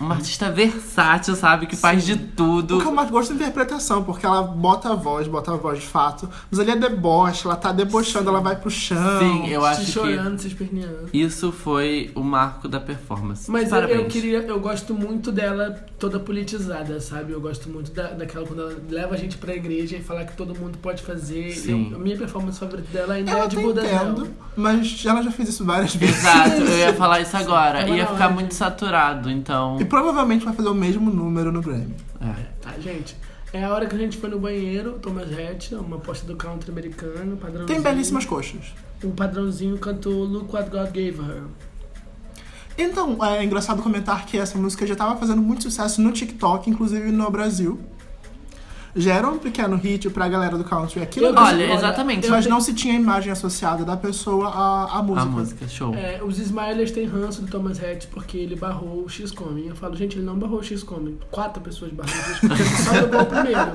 uma artista versátil, sabe? Que faz de tudo.
O que eu mais gosto é a interpretação, porque ela bota a voz, bota a voz de fato. Mas ali é deboche, ela tá debochando, ela vai pro chão.
Sim, eu acho
se
que
chorando, se esperneando.
isso foi o marco da performance.
Mas eu,
Parabéns.
eu queria, eu gosto muito dela toda politizada, sabe? Eu gosto muito da, daquela quando ela leva a gente pra igreja e fala que todo mundo pode fazer.
Sim.
Eu- a minha performance favorita dela ainda é
Ela
a de
tá
Buda
entendo,
Dell.
mas ela já fez isso várias vezes.
Exato, eu ia falar isso agora.
Tava
Ia
na
ficar
hora,
muito
gente.
saturado, então.
E provavelmente vai fazer o mesmo número no Grammy.
é.
Tá, gente. É a hora que a gente foi no banheiro, Thomas Hatch, uma aposta do country americano, padrãozinho.
Tem belíssimas coxas.
O padrãozinho cantou Look What God Gave Her.
Então, é engraçado comentar que essa música já estava fazendo muito sucesso no TikTok, inclusive no Brasil. Já era um pequeno hit pra galera do country aqui no
Eu-
Brasil,
Olha,
olha,
exatamente.
mas não se tinha a imagem associada da pessoa à, à música.
A música, show.
É, os Smilers têm ranço do Thomas Hatch porque ele barrou o X-Coming. Eu falo, gente, ele não barrou o X-Coming. Quatro pessoas barraram o X-Coming. ele Só levou o primeiro.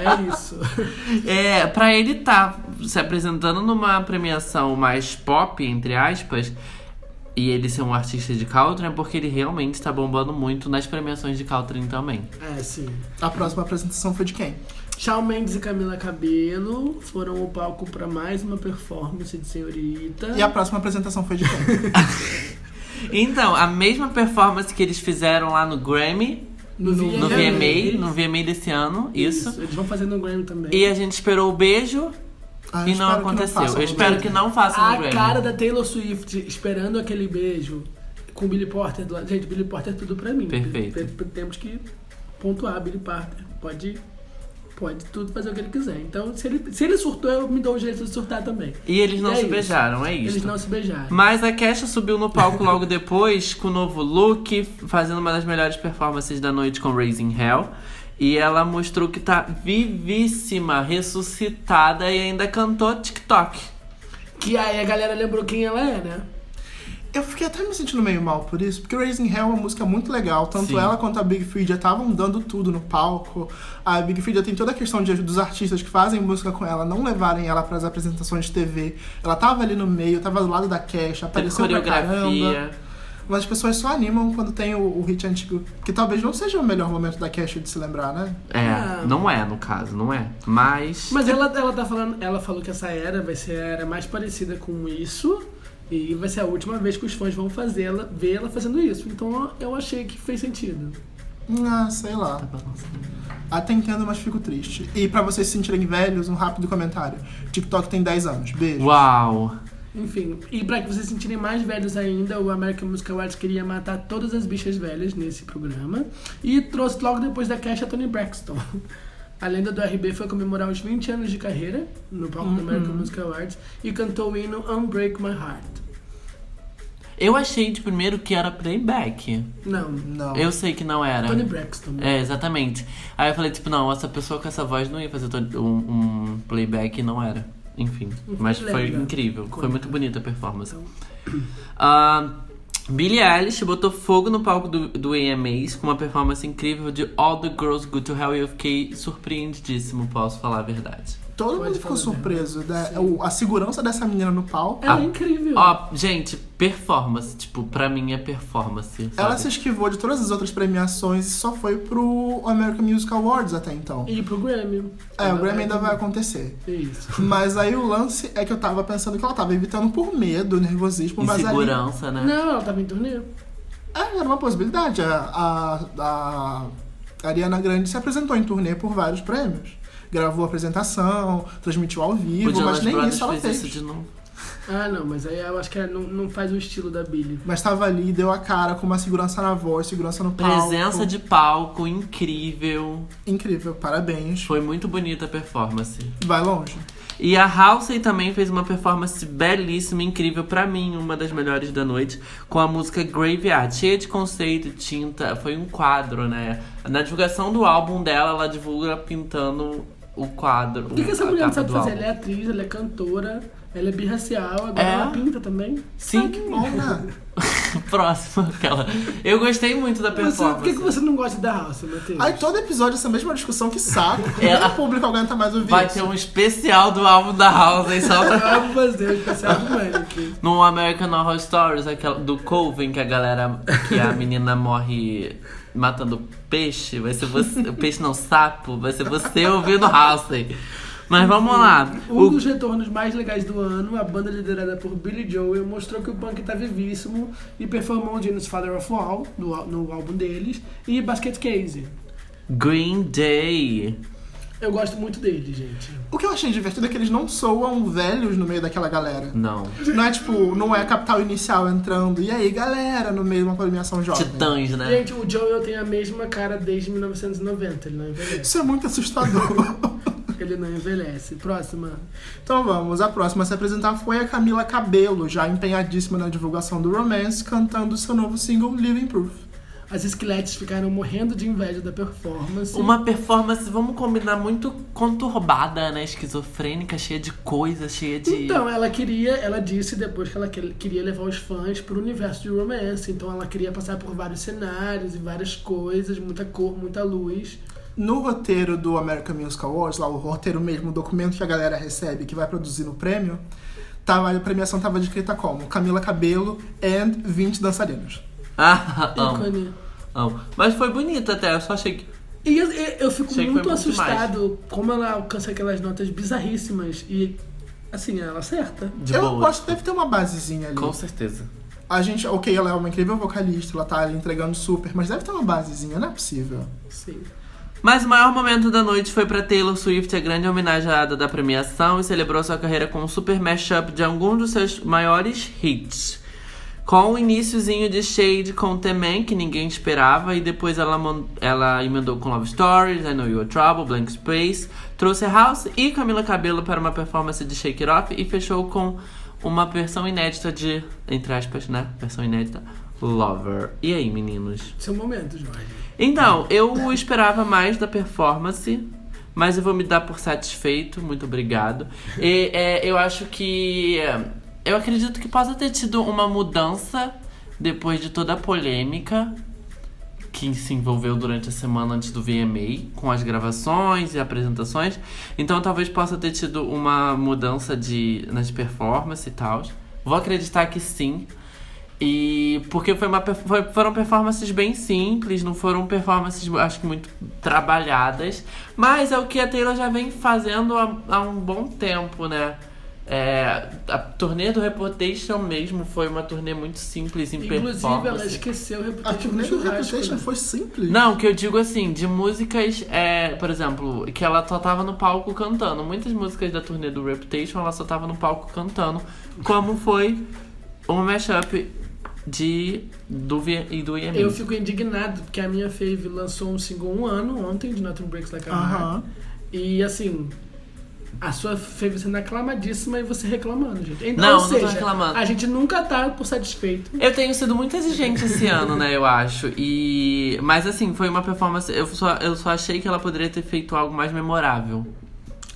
É isso.
É, pra ele estar se apresentando numa premiação mais pop, entre aspas, e ele ser um artista de country, é porque ele realmente tá bombando muito nas premiações de country também.
É, sim.
A próxima apresentação foi de quem?
Shawn Mendes e Camila Cabello foram ao palco pra mais uma performance de senhorita.
Ah.
E a próxima apresentação foi de quem?
Então, a mesma performance que eles fizeram lá no Grammy, no VMA, no VMA desse ano, é isso.
Eles vão fazer no Grammy também.
E a gente esperou o beijo
Ah, eu
e não
espero que
aconteceu.
faça,
Eu
não
espero
vai.
que não faça no
A
Grammy.
cara da Taylor Swift esperando aquele beijo com o Billy Porter do lado. Gente, Billy Porter é tudo pra mim.
Perfeito.
P- p- Temos que pontuar Billy Porter. Pode, pode tudo fazer o que ele quiser. Então, se ele, se ele surtou, eu me dou o direito de surtar também.
E eles não
É
se
isso.
beijaram, é isso.
Eles não se beijaram.
Mas a Kesha subiu no palco logo depois com o novo look, fazendo uma das melhores performances da noite com Raising Hell. E ela mostrou que tá vivíssima, ressuscitada e ainda cantou TikTok.
Que aí a galera lembrou quem ela é, né?
Eu fiquei até me sentindo meio mal por isso, porque Raising Hell é uma música muito legal. Tanto
Sim.
ela quanto a Big Free já estavam dando tudo no palco. A Big Free já tem toda a questão de- dos artistas que fazem música com ela não levarem ela pras apresentações de TV. Ela tava ali no meio, tava do lado da Cash,
Teve
apareceu pra caramba.
coreografia.
Mas as pessoas só animam quando tem o, o hit antigo, que talvez não seja o melhor momento da Cash de se lembrar, né?
Ah.
É, não é no caso, não é. Mas.
Mas ela, ela tá falando, ela falou que essa era vai ser a era mais parecida com isso. E vai ser a última vez que os fãs vão fazê-la, ver ela fazendo isso. Então eu achei que fez sentido.
Ah, sei lá. Até entendo, mas fico triste. E pra vocês se sentirem velhos, um rápido comentário. TikTok tem 10 anos. Beijo.
Uau!
Enfim, e pra que vocês se sentirem mais velhos ainda, o American Music Awards queria matar todas as bichas velhas nesse programa e trouxe logo depois da caixa a Tony Braxton. A lenda do RB foi comemorar os 20 anos de carreira no palco do American Music Awards e cantou o hino Unbreak My Heart.
Eu achei de primeiro que era playback.
Não,
Não.
Eu sei que não era.
Tá Tony Braxton.
É, exatamente. Aí eu falei, tipo, não, essa pessoa com essa voz não ia fazer todo- um, um playback e não era. Enfim. Mas foi
Lembra.
incrível. Foi
Conta.
muito bonita a performance.
Então,
Ah, Billie Eilish botou fogo no palco do, do AMAs com uma performance incrível de All the Girls Go to Hell e eu fiquei surpreendidíssimo, posso falar a verdade.
Todo
Pode
mundo ficou
falar, né?
surpreso. da- o- a segurança dessa menina no palco.
ela
Ah.
é incrível.
Ó, gente, performance, tipo, pra mim é performance. sabe?
Ela se esquivou de todas as outras premiações e só foi pro American Music Awards até então.
E pro Grammy.
É, o Grammy ainda vai acontecer.
É isso.
Mas aí o lance é que eu tava pensando que ela tava evitando por medo, nervosismo, mas ali...
Insegurança, né?
Não, ela tava em turnê.
É, era uma possibilidade. A, a- a Ariana Grande se apresentou em turnê por vários prêmios. Gravou a apresentação, transmitiu ao vivo,
o Jonas
mas nem
Brothers
isso ela
fez
fez.
isso de novo.
Ah, não, mas aí eu acho que ela não, não faz o estilo da Billy.
Mas tava ali, deu a cara, com uma segurança na voz, segurança no palco.
Presença de palco incrível.
Incrível, parabéns.
Foi muito bonita a performance.
Vai longe.
E a Halsey também fez uma performance belíssima, incrível pra mim, uma das melhores da noite, com a música Graveyard, cheia de conceito, tinta, foi um quadro, né? Na divulgação do álbum dela, ela divulga pintando o quadro.
O que, que essa
a
mulher não
capa
sabe
Ah, tá, do
fazer?
álbum.
Ela é atriz, ela é cantora, ela é birracial, agora
É?
ela pinta também.
Sim,
Que bom, né?
próxima aquela. Eu gostei muito da
Você,
performance.
por que, que você não gosta da raça, Matheus?
Aí todo episódio é essa mesma discussão, que saco.
É.
Nem o público aguenta mais ouvir
Vai
isso.
ter um especial do álbum da Halsey só pra
Eu amo é fazer o especial do Manic.
No American Horror Stories, aquela do Coven, que a galera. que a menina morre matando peixe, vai ser você. Peixe não, sapo, vai ser você ouvindo Halsey. Mas vamos lá.
Um
O,
dos retornos mais legais do ano, a banda liderada por Billy Joel mostrou que o punk tá vivíssimo e performou Genius Father of All, no, á- no álbum deles, e Basket Case.
Green Day.
Eu gosto muito dele, gente.
O que eu achei divertido é que eles não soam velhos no meio daquela galera.
Não.
Não é tipo, não é capital inicial entrando. E aí, galera, no meio de uma premiação jovem.
Titãs, né?
Gente, o Joel tem a mesma cara desde 1990, ele não envelhece.
Isso é muito assustador.
Ele não envelhece. Próxima.
então vamos, a próxima a se apresentar foi a Camila Cabelo, já empenhadíssima na divulgação do Romance, cantando seu novo single Living Proof.
As esqueletes ficaram morrendo de inveja da performance.
Uma performance, vamos combinar, muito conturbada, né? Esquizofrênica, cheia de coisa, cheia de.
Então, ela queria, ela disse depois que ela que- queria levar os fãs pro universo de romance. Então, ela queria passar por vários cenários e várias coisas, muita cor, muita luz.
No roteiro do American Music Awards, lá o roteiro mesmo, o documento que a galera recebe, que vai produzir no prêmio, tava, a premiação tava descrita como Camila Cabelo and 20 dançarinos.
Ah, amo,
Ícone.
amo. Mas foi bonito até, eu só achei que.
E eu, eu- eu fico
Achei que foi
muito
muito
assustado como ela alcança aquelas notas bizarríssimas e, assim, ela acerta.
De
eu
boa.
aposto que deve ter uma basezinha ali.
Com certeza.
A gente, ok, ela é uma incrível vocalista, ela tá ali entregando super, mas deve ter uma basezinha, não é possível.
Sim.
Mas o maior momento da noite foi pra Taylor Swift, a grande homenageada da premiação, e celebrou sua carreira com um super mashup de algum dos seus maiores hits. Com o iníciozinho de Shade com The Man, que ninguém esperava, e depois ela, man- ela emendou com Love Stories, I Know You're Trouble, Blank Space, trouxe House e Camila Cabello para uma performance de Shake It Off e fechou com uma versão inédita de, entre aspas, né? Versão inédita, Lover. E aí, meninos?
Seu momento, Jorge.
Então, eu esperava mais da performance, mas eu vou me dar por satisfeito, muito obrigado. E, é, eu acho que. é, Eu acredito que possa ter tido uma mudança depois de toda a polêmica que se envolveu durante a semana antes do VMA, com as gravações e apresentações. Então talvez possa ter tido uma mudança de, nas performances e tal. Vou acreditar que sim. E porque foi uma, per- foi- foram performances bem simples, não foram performances, acho que muito trabalhadas. Mas é o que a Taylor já vem fazendo há, há um bom tempo, né? É, a turnê do Reputation mesmo foi uma turnê muito simples em
Inclusive, ela
performance.
esqueceu o
A
Reputation
turnê
no
do
churrasco.
Reputation
né?
foi simples.
Não, o que eu digo assim, de músicas, é, por exemplo, que ela só tava no palco cantando. Muitas músicas da turnê do Reputation, ela só tava no palco cantando. Como foi o mashup de, do v, e do
Eu
EMI.
fico indignado, porque a minha fave lançou um single um ano ontem, de Nothing Breaks Like a Heart.
Aham.
E assim, a sua fave sendo aclamadíssima e você reclamando, gente. Então,
Não,
ou
não tô
seja,
reclamando.
A gente nunca tá por satisfeito.
Eu tenho sido muito exigente esse ano, né, eu acho. E mas assim, foi uma performance, eu só eu só achei que ela poderia ter feito algo mais memorável.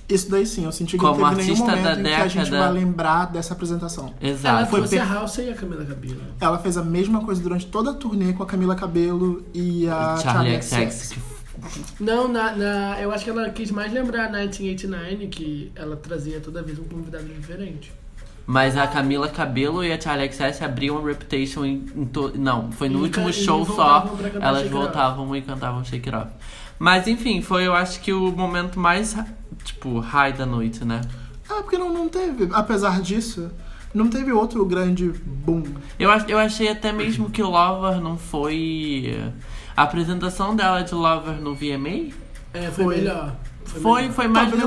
Isso daí sim, eu senti que
Como
não teve nenhum
artista
momento
da
em que a gente
década.
vai lembrar dessa apresentação.
Ela
Exato.
Foi
trouxe
per-
a House e a Camila Cabello.
Ela fez a mesma coisa durante toda a turnê com a Camila Cabelo e a
Charlie
XX.
XX, que
Não, na, na- eu acho que ela quis mais lembrar a 1989, que ela trazia toda vez um convidado diferente.
Mas a Camila Cabelo e a Charlie XS abriam a Reputation em, em to- Não, foi no
E
último
ca- e
show só.
voltavam pra cantar
Elas
Shake It Off.
voltavam e cantavam Shake It Off. Mas enfim, foi eu acho que o momento mais, tipo, high da noite, né?
É, porque não, não teve, apesar disso, não teve outro grande boom.
Eu, ach- eu achei até mesmo que Lover não foi. eh, A apresentação dela de Lover no VMA
É, foi,
Foi.
melhor.
foi,
melhor.
foi É
Talvez ela
mais
devesse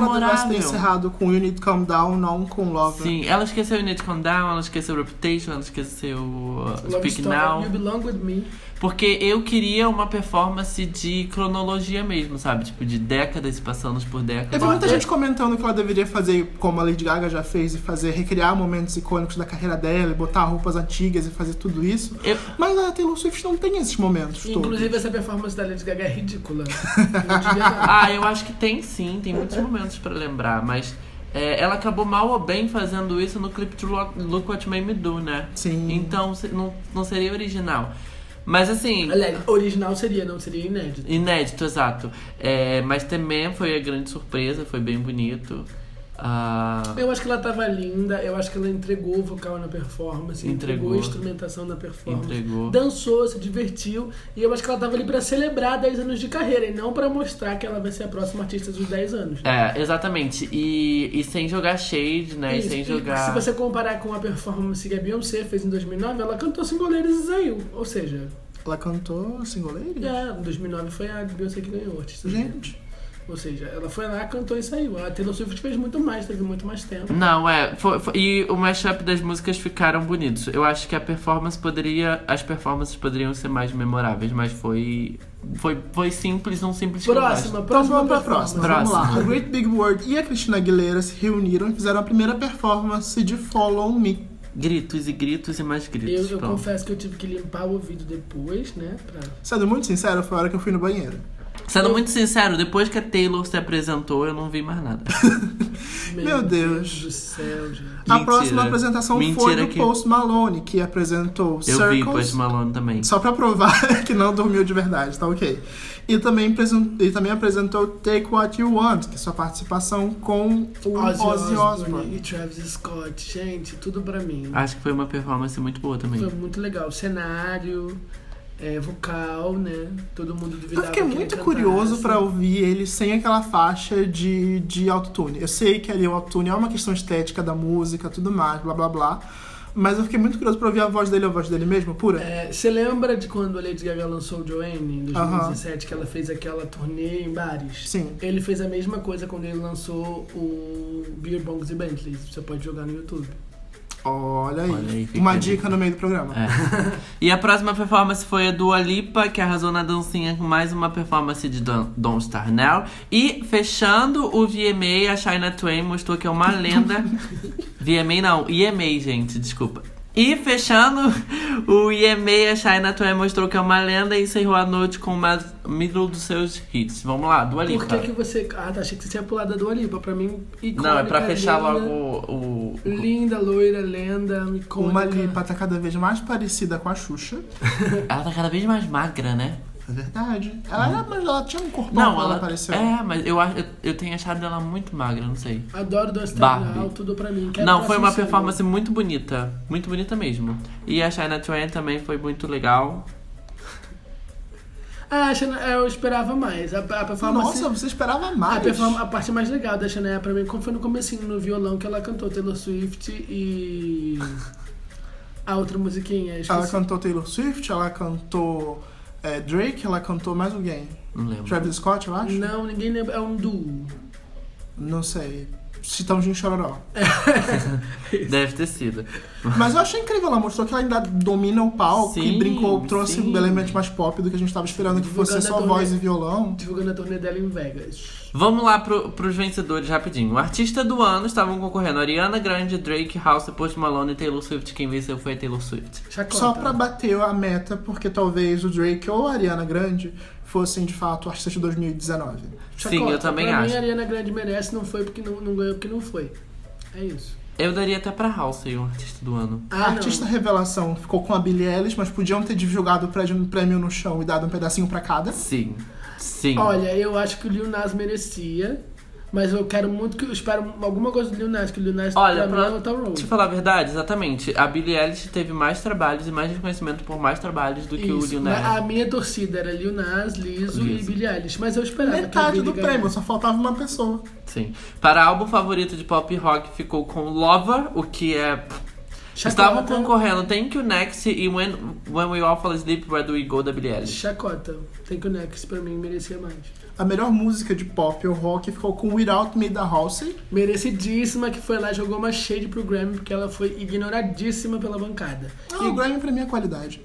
ter
memorável.
encerrado com You Need Calm Down, não com Lover.
Sim, ela esqueceu o Need to Calm Down, ela esqueceu Reputation, ela esqueceu uh,
Love
Speak
Story,
Now.
You Belong With Me.
Porque eu queria uma performance de cronologia mesmo, sabe? Tipo, de décadas passando por
Teve
décadas.
muita gente comentando que ela deveria fazer como a Lady Gaga já fez e fazer recriar momentos icônicos da carreira dela, e botar roupas antigas e fazer tudo isso.
Eu-
Mas a Taylor Swift não tem esses momentos todos.
Inclusive, essa performance da Lady Gaga é ridícula. Não devia não.
Ah, eu acho que tem sim, tem muitos momentos pra lembrar, mas é, ela acabou mal ou bem fazendo isso no clipe de Lo- Look What Made Me Do, né?
Sim.
Então se- não, não seria original. Mas assim,
Aliás, original seria, não seria inédito.
inédito, exato. É, mas também foi a grande surpresa, foi bem bonito. Ah,
Eu acho que ela tava linda, eu acho que ela entregou o vocal na performance, entregou,
Entregou.
a instrumentação na performance.
Entregou.
Dançou, se divertiu, e eu acho que ela tava ali pra celebrar 10 anos de carreira e não pra mostrar que ela vai ser a próxima artista dos 10 anos.
é, exatamente. E, e sem jogar shade, né? E
Isso,
sem
e
jogar.
Se você comparar com a performance que a Beyoncé fez em 2009, ela cantou sem goleiros e saiu. Ou seja,
Ela cantou Singoleiro?
é, em 2009 foi a Beyoncé que ganhou. Artista do Ano.
Gente,
Ou seja, ela foi lá, cantou e saiu. A Taylor Swift fez muito mais, teve muito mais tempo.
Não, é. foi- foi- e o mashup das músicas ficaram bonitos. Eu acho que a performance poderia. As performances poderiam ser mais memoráveis, mas foi. Foi, foi simples, um simples que eu gosto.
Próxima,
então
próxima,
vamos pra próxima.
Próxima.
Vamos lá. A Great Big World e a Christina Aguilera se reuniram e fizeram a primeira performance de Follow Me.
Gritos e gritos e mais gritos.
Eu, eu
pronto.
confesso que eu tive que limpar o ouvido depois, né? Pra...
Sendo muito sincero, foi a hora que eu fui no banheiro.
Sendo muito sincero, depois que a Taylor se apresentou, eu não vi mais nada.
Meu Deus.
do céu, gente.
A
Mentira.
próxima apresentação foi
Mentira
do
que-
Post Malone, que apresentou
Eu vi
Circles.
Post Malone também.
Só pra provar que não dormiu de verdade, tá ok. E também, apresen- e também apresentou Take What You Want, que é sua participação com o Ozzy, Osbourne. Ah,
e Travis Scott. Gente, tudo pra mim.
Acho que foi uma performance muito boa também.
Foi muito legal. Cenário, é, vocal, né? Todo mundo
Eu
duvidava.
fiquei
que ele
muito
cantasse.
curioso pra ouvir ele sem aquela faixa de, de autotune. Eu sei que ali o autotune é uma questão estética da música, tudo mais, blá blá blá. Mas eu fiquei muito curioso pra ouvir a voz dele, a voz dele mesmo, pura.
É, Você lembra de quando a Lady Gaga lançou o Joanne em
Aham.
2017, que ela fez aquela turnê em bares?
Sim.
Ele fez a mesma coisa quando ele lançou o Beer Bongs e Bentleys. Você pode jogar no YouTube.
Olha aí.
Olha aí, fica
uma
aí.
dica no meio do programa.
É. E a próxima performance foi a do Alipa, que arrasou na dancinha com mais uma performance de Don- Don't Star Now. E fechando o VMA, a China Twain mostrou que é uma lenda. VMA não, EMA, gente, desculpa. E fechando o EMA, a China Twain mostrou que é uma lenda e encerrou a noite com mais middle dos seus hits. Vamos lá, do Alipa.
Por que, que você. Ah, tá, achei que você tinha pulado a Dua Lipa. Pra mim, icônica.
Não, é pra fechar
linda,
logo o. o-
Linda, loira, lenda, icônica.
Uma Lipa tá cada vez mais parecida com a Xuxa.
Ela tá cada vez mais magra, né?
É verdade. Ela, era, mas ela tinha um corpão
Não,
quando
ela.
ela apareceu.
É, mas eu, acho- eu, eu tenho achado ela muito magra, não sei.
Adoro Dois
Barbie.
Now, tudo pra mim. Quero
Não, foi uma
próximo
performance muito bonita. Muito bonita mesmo. E a China Twain também foi muito legal.
single. Ah, Xana, eu esperava mais. A, a performance.
Nossa, você
é,
esperava
a,
mais.
perform- a parte mais legal da Xana pra mim como foi no comecinho, no violão que ela cantou Taylor Swift e. A outra musiquinha.
Ela
esqueci.
cantou Taylor Swift, ela cantou é, Drake, ela cantou mais alguém.
Não lembro.
Travis Scott, eu acho?
Não, ninguém lembra. É um duo.
Não sei. Chitãozinho Chororó.
Deve ter sido.
Mas eu achei incrível, ela mostrou que ela ainda domina o palco
Sim,
e brincou, trouxe
sim.
um elemento mais pop do que a gente tava esperando, que fosse
Divulgando a
só
turnê.
voz e violão.
Divulgando a turnê dela em Vegas.
Vamos lá pro, pros vencedores rapidinho. O artista do ano estavam concorrendo Ariana Grande, Drake, House, Post Malone e Taylor Swift. Quem venceu foi a Taylor Swift.
Chacota.
Só pra bater a meta, porque talvez o Drake ou a Ariana Grande fossem de fato artistas de 2019.
Chacota.
Sim, eu também
pra Mim,
acho.
a Ariana Grande merece, não foi porque não, não ganhou porque não foi. É isso.
Eu daria até pra House aí, um artista do ano.
Ah,
A artista revelação ficou com a Billie Eilish, mas podiam ter divulgado o prédio- prêmio no chão e dado um pedacinho pra cada.
Sim. Sim.
Olha, eu acho que o Lil Nas merecia, mas eu quero muito que eu espero alguma coisa do Lil Nas, que o Lil Nas
Olha,
pra
pra-
mim é o Tom Road.
Te falar a verdade, exatamente. A Billie Eilish teve mais trabalhos e mais reconhecimento por mais trabalhos do que o
Isso,
Lil
mas
Nas.
A minha torcida era Lil Nas, Liso e
Liso.
Billie Eilish, mas eu esperava que
Metade
o
do
Billie
prêmio,
ganhasse.
só faltava uma pessoa.
Sim. Para álbum favorito de pop rock ficou com Lover, o que é.
Chacota,
Estavam concorrendo Thank You Next e When, When We All Fall Asleep, Where Do We Go da Billie Eilish.
Chacota. Tem que o Next pra mim merecia mais.
A melhor música de pop ou rock ficou com Without Me da Halsey.
Merecidíssima que foi lá jogou uma shade pro Grammy porque ela foi ignoradíssima pela bancada.
Ah, o Grammy pra mim é qualidade.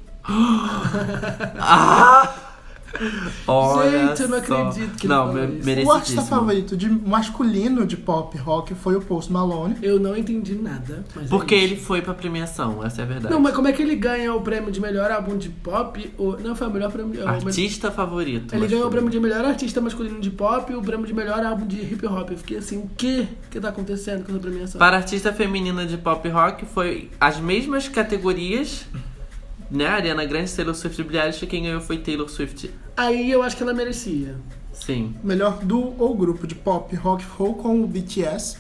Olha
Gente, eu não
só.
acredito que ele
Não,
falou
me-
isso. tá
O artista
merecidíssimo.
favorito de masculino de pop rock foi o Post Malone.
Eu não entendi nada. Mas é
Porque
isso.
ele foi pra premiação, essa é a verdade.
Não, mas como é que ele ganha o prêmio de melhor álbum de pop? Ou... Não, foi o melhor prêmio de o melhor-
Artista favorito.
Ele
mas
ganhou o
tudo
prêmio
bem.
de melhor artista masculino de pop e o prêmio de melhor álbum de hip hop. Eu fiquei assim, o quê que tá acontecendo com essa premiação?
Para artista feminina de pop rock, foi as mesmas categorias, né? Ariana Grande, Taylor Swift e Billie Eilish. Quem ganhou foi Taylor Swift.
Aí eu acho que ela merecia.
Sim.
Melhor duo ou grupo de pop rock ficou com o BTS.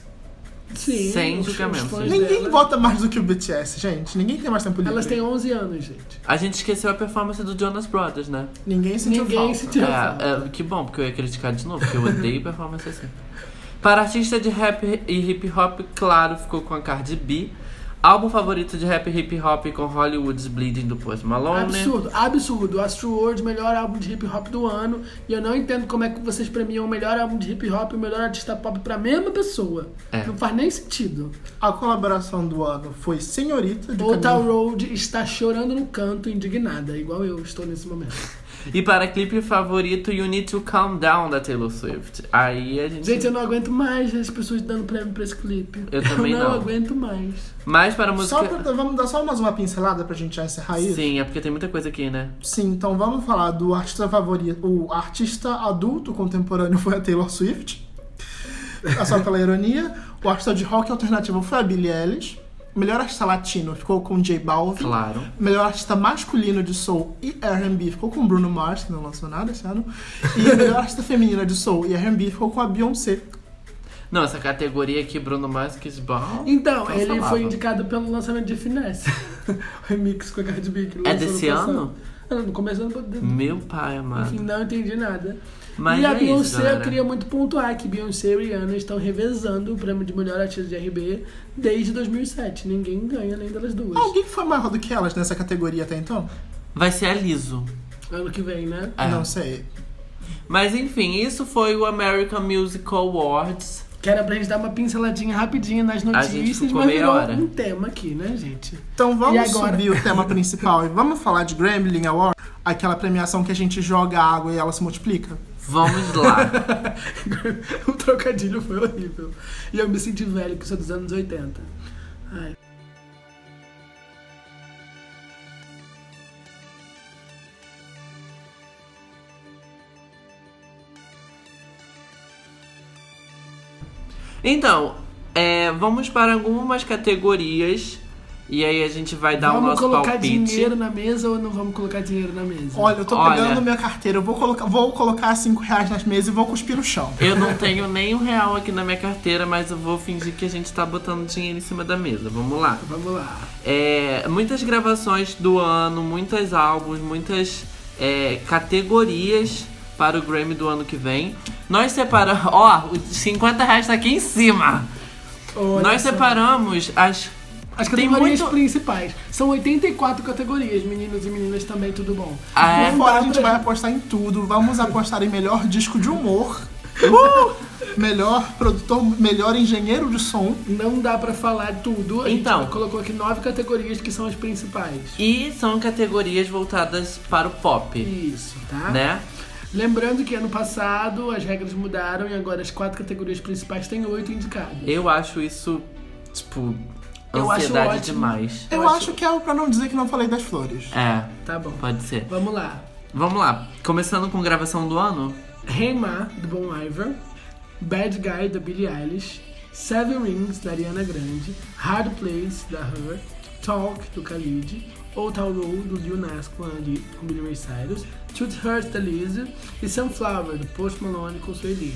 Sim.
Sem
os- os
julgamento.
fãs
Ninguém
dela-
vota mais do que o BTS, gente. Ninguém tem mais tempo livre.
é, né? Elas têm 11 anos, gente.
A gente esqueceu a performance do Jonas Brothers, né?
Ninguém sentiu
Ninguém
falta.
sentiu. Tira a
É,
foto.
é, que bom, porque eu ia criticar de novo, porque eu odeio performance assim. Para artista de rap e hip hop, claro, ficou com a Cardi B. Álbum favorito de rap e hip hop com Hollywood's Bleeding do Post Malone.
Absurdo, absurdo. Astro World, melhor álbum de hip hop do ano. E eu não entendo como é que vocês premiam o melhor álbum de hip hop e o melhor artista pop pra mesma pessoa.
É.
Não faz nem sentido.
A colaboração do ano foi Senhorita de
Ou Tal
Camila.
Road está chorando no canto, indignada, igual eu estou nesse momento.
E para clipe favorito, You Need to Calm Down da Taylor Swift. Aí a gente.
Gente, eu não aguento mais as pessoas dando prêmio pra esse clipe.
Eu também
Eu não
não.
aguento mais.
Mas para a
Só
música.
pra- vamos dar só mais uma pincelada pra gente já encerrar isso?
Sim, é porque tem muita coisa aqui, né?
Sim, então vamos falar do artista favorito. O artista adulto contemporâneo foi a Taylor Swift. É Só pela ironia. O artista de rock alternativo foi a Billie Eilish. O Melhor artista latino ficou com J Balvin.
Claro.
O Melhor artista masculino de soul e R&B ficou com Bruno Mars, que não lançou nada esse ano. E a melhor artista feminina de soul e R&B ficou com a Beyoncé.
Não, essa categoria aqui, Bruno Mars, que esbarra.
Então,
Então,
ele
falava.
foi indicado pelo lançamento de Finesse. o remix com a Cardi B. que
É
lançou no
desse
passado.
ano?
Não, Ah, no começo do ano.
Meu pai
Enfim,
amado.
não entendi nada.
Mas
e a
é
Beyoncé,
isso,
eu
galera.
queria muito pontuar que Beyoncé e Rihanna estão revezando o prêmio de melhor artista de RB desde 2007. Ninguém ganha nem delas duas.
Alguém que foi maior do que elas nessa categoria até então?
Vai ser a Liso.
Ano que vem, né?
É.
Não sei.
Mas enfim, isso foi o American Music Awards.
Que era pra gente dar uma pinceladinha rapidinha nas
A gente
notícias,
ficou
mas
meia
virou
hora.
um tema aqui, né, gente?
Então
E
vamos
agora?
subir o tema principal e vamos falar de Grambling Award? Aquela premiação que a gente joga água e ela se multiplica?
Vamos lá.
o trocadilho foi horrível. E eu me senti velho, que sou dos anos 80. Ai.
então, é, vamos para algumas categorias. E aí a gente vai dar o
vamos
nosso
colocar
palpite.
dinheiro na mesa ou não vamos colocar dinheiro na mesa?
Olha, eu tô
Olha.
pegando minha carteira, eu vou colocar, vou colocar cinco reais nas mesas e vou cuspir no chão.
Eu não tenho nem um real aqui na minha carteira, mas eu vou fingir que a gente tá botando dinheiro em cima da mesa. Vamos lá.
Vamos lá.
É, muitas gravações do ano, muitos álbuns, muitas é, categorias para o Grammy do ano que vem. Nós separamos. Ó, os 50 reais tá aqui em cima!
Olha
Nós é
só.
separamos as.
As
tem
categorias
muito-
principais. São 84 categorias, meninos e meninas também, tudo bom.
Ah, é?
Não
Agora
dá
a gente
pra-
vai apostar em tudo. Vamos apostar em melhor disco de humor.
Uh!
Melhor produtor, melhor engenheiro de som.
Não dá pra falar tudo. A gente
Então.
colocou aqui nove categorias que são as principais.
E são categorias voltadas para o pop,
Isso, tá?
né?
Lembrando que ano passado as regras mudaram e agora as quatro categorias principais têm oito indicados.
Eu acho isso, tipo,
Eu acho
ansiedade
ótimo.
demais.
Eu,
Eu acho-
acho que é pra não dizer que não falei das flores.
É,
Tá bom.
pode ser.
Vamos lá.
Vamos lá, começando com gravação do ano.
Hey Ma, do Bon Iver. Bad Guy, da Billie Eilish. Seven Rings, da Ariana Grande. Hard Place, da Her. Talk, do Khalid. Old Town Road, do Lil Nas com a Li- com Billy Ray Cyrus. Truth Hurts, da Lizzo. E Sunflower, do Post Malone com Sueli.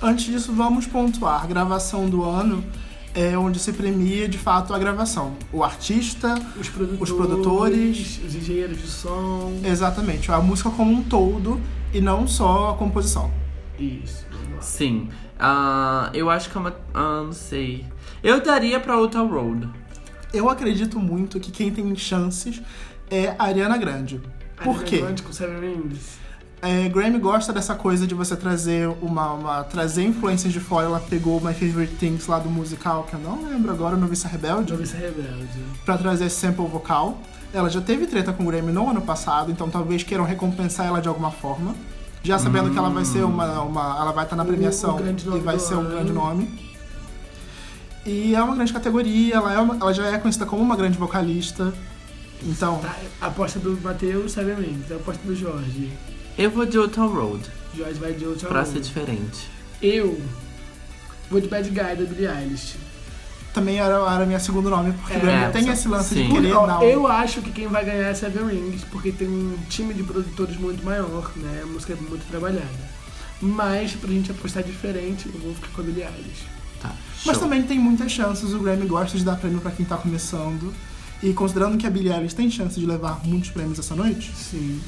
Antes disso, vamos pontuar. Gravação do ano é onde se premia de fato a gravação. O artista,
Os produtores,
produtores.
os engenheiros de som.
exatamente, a música como um todo e não só a composição.
Isso, vamos lá.
Sim. Ah, eu acho que é uma. ah, não sei. Eu daria pra Outer Road.
Eu acredito muito que quem tem chances é a Ariana Grande. Por
Ariana
quê?
Grande com Seven Rings.
É, Grammy gosta dessa coisa de você trazer uma, uma- trazer influências de fora. Ela pegou My Favorite Things lá do musical, que eu não lembro agora, Noviça Rebelde,
Jovem é Rebelde.
pra trazer esse sample vocal. Ela já teve treta com o Grammy no ano passado, então talvez queiram recompensar ela de alguma forma. Já sabendo que ela vai ser uma, uma- ela vai estar na
Hum. O-
premiação
o grande
e
nome
vai
do
ser um
ano.
grande nome. E é uma grande categoria, ela, é uma- ela já é conhecida como uma grande vocalista. Então,
Tá, a aposta do Matheus, Seven Rings. A aposta do Jorge.
Eu vou de Outer Road,
Jorge vai de outra
pra
onda.
ser diferente.
Eu vou de Bad Guy da Billie Eilish.
também era, era meu segundo nome, porque
É,
o Grammy
é,
tem esse lance
sim.
de querer
Ó,
dar um-
Então, eu acho que quem vai ganhar é Seven Rings, porque tem um time de produtores muito maior, né? A música é muito trabalhada. Mas pra gente apostar diferente, eu vou ficar com a Billie Eilish.
Tá.
Mas
show.
também tem muitas chances, o Grammy gosta de dar prêmio pra quem tá começando. E considerando que a Billie Eilish tem chance de levar muitos prêmios essa noite,
Sim.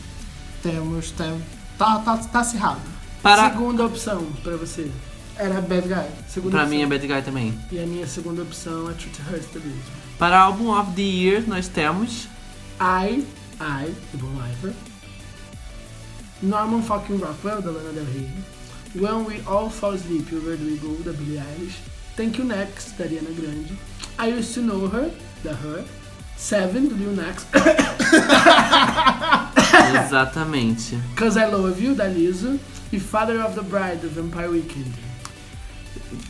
temos. Tem, tá, tá, tá acirrado.
Para,
Segunda opção pra você.
Era Bad Guy.
Segunda
pra
opção.
mim é Bad Guy também.
E a minha segunda opção é Truth Hurts da Lizzo.
Para álbum of the year, nós temos.
I, I, do Bon Iver. Norman fucking Rockwell, da Lana Del Rey. When We All Fall Asleep, Where Do We Go, da Billie Eilish. Thank You Next, da Ariana Grande. I Used To Know Her, da Her. Seven, do Lil Next.
Exatamente.
Cause I Love You, da Lizzo. E Father of the Bride, do Vampire Weekend.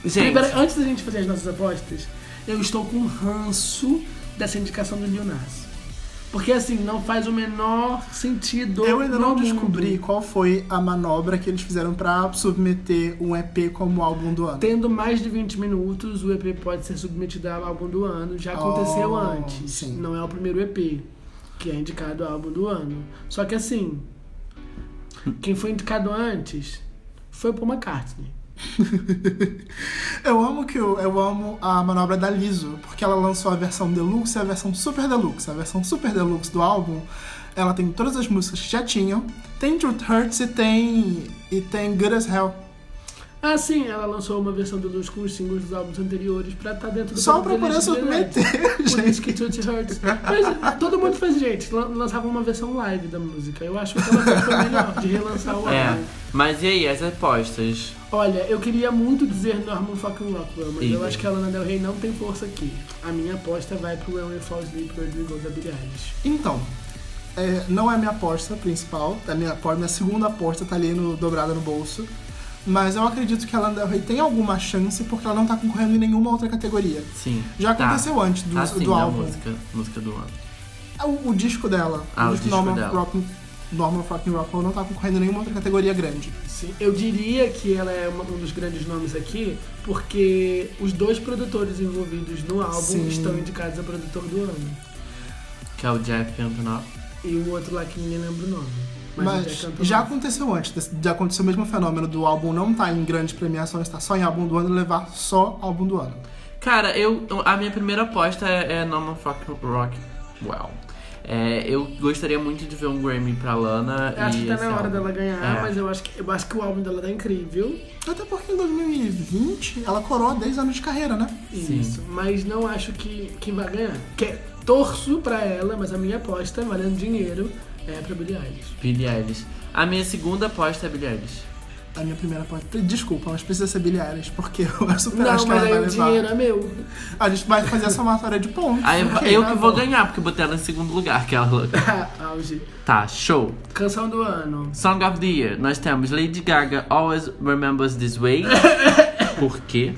Gente,
Primeiro, antes da gente fazer as nossas apostas, eu estou com um ranço dessa indicação do Lil Nas. Porque assim, não faz o menor sentido.
Eu ainda não
no mundo.
descobri qual foi a manobra que eles fizeram pra submeter um EP como álbum do ano.
Tendo mais de 20 minutos, o EP pode ser submetido ao álbum do ano. Já aconteceu
Oh,
antes.
sim.
Não é o primeiro EP que é indicado ao álbum do ano. Só que assim, quem foi indicado antes foi o Paul McCartney.
Eu amo que eu, eu amo a manobra da Liso, porque ela lançou a versão deluxe e a versão super deluxe. A versão super deluxe do álbum, ela tem todas as músicas que já tinham, tem Truth Hurts e tem e tem Good as Hell.
Ah, sim, ela lançou uma versão do Luz com os singles dos álbuns anteriores pra estar dentro do
Só pra
padrão da
poder
elegibilidade.
submeter,
Por isso
gente.
que Toot Hurts. Mas todo mundo faz gente. Lan- Lançava uma versão live da música. Eu acho que ela foi melhor de relançar o álbum.
é. Mas e aí, as apostas?
Olha, eu queria muito dizer Norman fucking Rockwell, mas
Ih,
eu acho
velho.
que a Lana Del Rey não tem força aqui. A minha aposta vai pro When We Fall Asleep, Where Do We Go da Billie Eilish.
Então, é, não é a minha aposta principal, a minha, apo- minha segunda aposta tá ali no, dobrada no bolso. Mas eu acredito que a Lana Del Rey tem alguma chance porque ela não tá concorrendo em nenhuma outra categoria.
Sim.
Já
Tá.
aconteceu antes do,
assim,
do
da
álbum. É
música. Música do ano.
O, o disco dela,
Ah, o
disco
disco
Norman,
dela.
Rock, Norman Fucking Rockwell não tá concorrendo em nenhuma outra categoria grande.
Sim, eu diria que ela é uma- um dos grandes nomes aqui, porque os dois produtores envolvidos no álbum
Sim.
estão indicados a produtor do ano.
Que é o Jeff Antonoff.
E o outro lá que ninguém lembra o nome. Mas, o
Mas
Jack Antonoff.
já aconteceu antes, desse- já aconteceu o mesmo fenômeno do álbum não estar em grandes premiações, tá só em álbum do ano e levar só álbum do ano.
Cara, eu. A minha primeira aposta é, é Norman Fuck Rock. Well. É, eu gostaria muito de ver um Grammy pra Lana.
Eu acho
e
que tá
esse
na hora
álbum.
dela ganhar,
É.
mas eu acho, que, eu acho que o álbum dela tá incrível.
Até porque em 2020 ela coroa 10 anos de carreira, né?
Sim.
Isso. Mas não acho que quem vai ganhar. Que, é, torço pra ela, mas a minha aposta, valendo dinheiro, é pra Billie Eilish.
Billie Eilish. A minha segunda aposta é Billie Eilish.
A minha primeira parte. Desculpa, mas precisa ser Billie Eilish, porque eu super acho
Não,
que ela
mas aí
vai
o
levar.
dinheiro é meu.
A gente vai fazer a somatória de pontos.
Aí eu,
ok,
eu
tá
que vou
bom.
ganhar, porque eu botei ela em segundo lugar, aquela louca.
Auge.
Tá, show.
Canção do ano.
Song of the Year. Nós temos Lady Gaga, Always Remembers This Way. Por quê?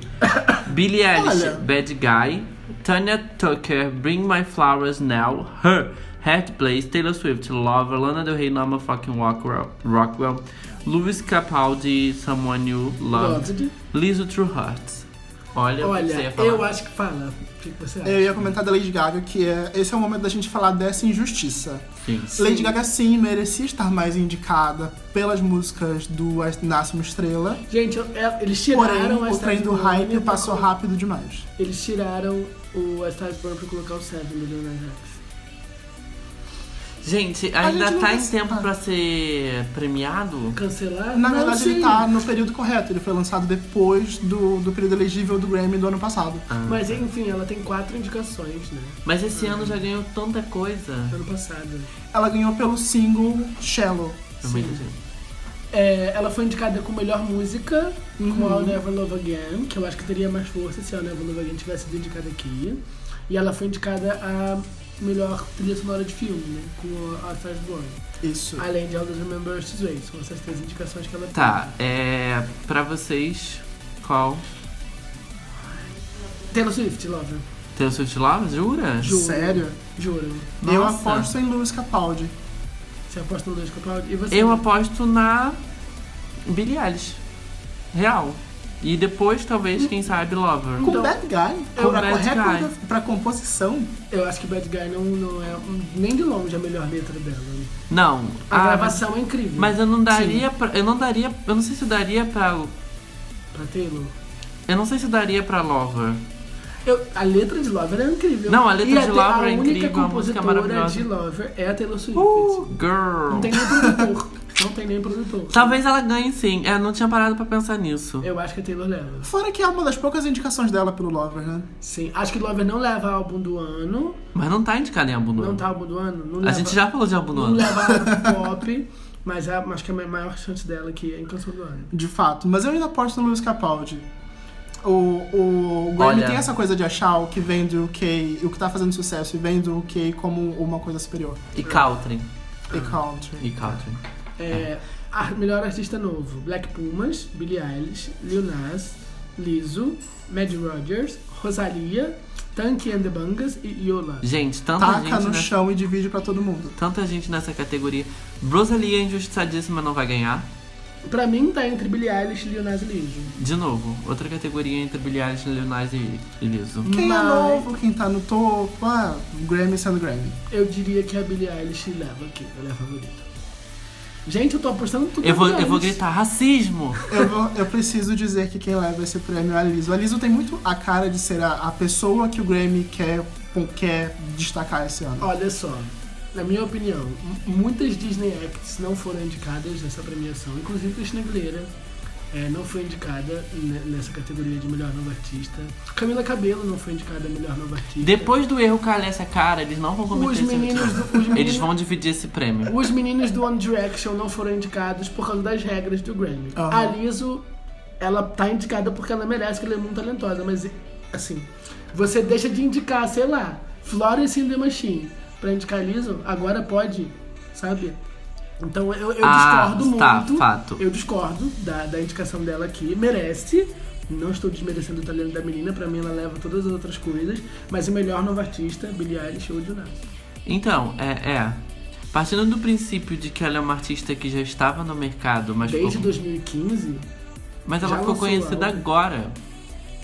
Billie Eilish,
Olha.
Bad Guy. Tanya Tucker, Bring My Flowers Now. Her, Heart Place, Taylor Swift, Lover, Lana Del Rey, Norma Fucking Rockwell. Rockwell. Louis Capaldi, Someone You Love.
Loved.
Lisa True Hearts. Olha, o que você
Olha,
ia falar.
eu acho que fala. O que você acha?
Eu ia comentar da Lady Gaga, que é, esse é o momento da gente falar dessa injustiça.
Sim.
Lady Gaga, sim, merecia estar mais indicada pelas músicas do Nasce Uma Estrela.
Gente, eu- é- eles tiraram
Porém,
a
o trem
Stars
do
Born
hype
pra
passou
colocar-
rápido demais.
Eles tiraram o A Stars Born pra colocar o Seven do Leonard Hicks.
Gente,
A
ainda
gente não
tá
vai
em tempo
citar.
pra ser premiado?
Cancelar?
Na
Não,
verdade,
sim.
ele tá no período correto. Ele foi lançado depois do, do período elegível do Grammy do ano passado.
Mas enfim, ela tem quatro indicações, né?
Mas esse ano já ganhou tanta coisa.
Ano passado.
Ela ganhou pelo single Shallow.
Eu me entendi.
É, ela foi indicada com melhor música,
Uhum.
com I'll Never Love Again, que eu acho que teria mais força se I'll Never Love Again tivesse sido indicada aqui. E ela foi indicada a melhor trilha sonora de filme, né? Com A Stars Born.
Isso.
Além de All Those Remember This Way. São essas três indicações que ela
Tá, é. Pra vocês, qual?
tem. Taylor Swift, Lover.
Taylor Swift Love? Jura?
Ju-
Sério?
Juro.
Eu
Nossa.
aposto em Lewis Capaldi.
Você aposta no Luiz Capaldi? E você?
Eu aposto na. Billie Eilish. Real. E depois, talvez, quem sabe, Lover.
Com
Então,
Bad Guy,
é o
pra,
Bad
correta-
Guy.
pra composição,
Eu acho que Bad Guy não, não é um- nem de longe a melhor letra dela.
Não.
A
ah,
gravação é incrível.
Mas eu não daria pra. Eu não daria. Eu não sei se eu daria pra.
Pra Taylor.
Eu não sei se eu daria pra Lover.
Eu- a letra de Lover é incrível.
Não, a letra
E
de
te-
Lover é incrível, a música é
A única compositora
maravilhosa. Uh!
de Lover é a Taylor Swift.
Girl.
Não tem nem produtor. Não tem nem produtor.
Talvez ela ganhe sim. É, não tinha parado pra pensar nisso.
Eu acho que a Taylor leva.
Fora que é uma das poucas indicações dela pelo Lover, né?
Sim. Acho que Lover não leva álbum do ano.
Mas não tá indicada em álbum do
Não
ano.
tá álbum do ano. Não
A
leva,
gente já falou de álbum do
Não
ano.
leva álbum pop. Mas a- acho que é a maior chance dela que é em canção do ano.
De fato. Mas eu ainda aposto no Lewis Capaldi. O, o Grammy
Olha.
tem essa coisa de achar o que vem do UK, o que tá fazendo sucesso e vem do UK como uma coisa superior.
E Caltrin.
E country.
Ah. E Caltrin.
É, ar- melhor artista novo: Black Pumas, Billie Eilish, Lil Nas, Lizzo, Mad Rogers, Rosalia, Tank and the Bangas e Yola.
Gente, tanta
Taca
gente né?
no
nessa,
chão e divide pra todo mundo.
tanta gente nessa categoria. Rosalia é injustiçadíssima, não vai ganhar.
Pra mim tá entre Billie Eilish, Lil Nas e Lizzo.
De novo, outra categoria entre Billie Eilish, Lil Nas e e Lizzo.
Quem é
Mas-
novo, quem tá no topo, ah, Grammy sendo Grammy.
Eu diria que a Billie Eilish leva aqui, ela é a favorita. Gente, eu tô apostando tudo. na
Eu vou,
Billie
eu vou
Eilish.
gritar racismo.
Eu, vou- eu preciso dizer que quem leva esse prêmio é a Lizzo. A Lizzo tem muito a cara de ser a, a pessoa que o Grammy quer, quer destacar esse ano.
Olha só, na minha opinião, m- muitas Disney Acts não foram indicadas nessa premiação, inclusive Cristina Aguilera eh, não foi indicada ne- nessa categoria de melhor nova artista. Camila Cabello não foi indicada a melhor nova artista.
Depois do erro calhar essa cara, eles não vão cometer
os
esse
meninos,
erro.
do, os,
Eles
meninos,
vão dividir esse prêmio.
os meninos do One Direction não foram indicados por causa das regras do Grammy.
Aham.
A Lizzo, ela tá indicada porque ela merece, que ela é muito talentosa, mas assim, você deixa de indicar, sei lá, Florence in the Machine pra indicar a Lizzo, agora pode, sabe? Então eu, eu
Ah,
discordo
tá,
muito.
fato.
Eu discordo da, da indicação dela aqui, merece. Não estou desmerecendo o talento da menina, pra mim ela leva todas as outras coisas, mas o melhor novo artista, Billie Eilish ou Jonas.
Então, é, é. Partindo do princípio de que ela é uma artista que já estava no mercado, mas
Desde
ficou-
2015,
mas ela
já
ficou
lançou
conhecida
álbum.
agora.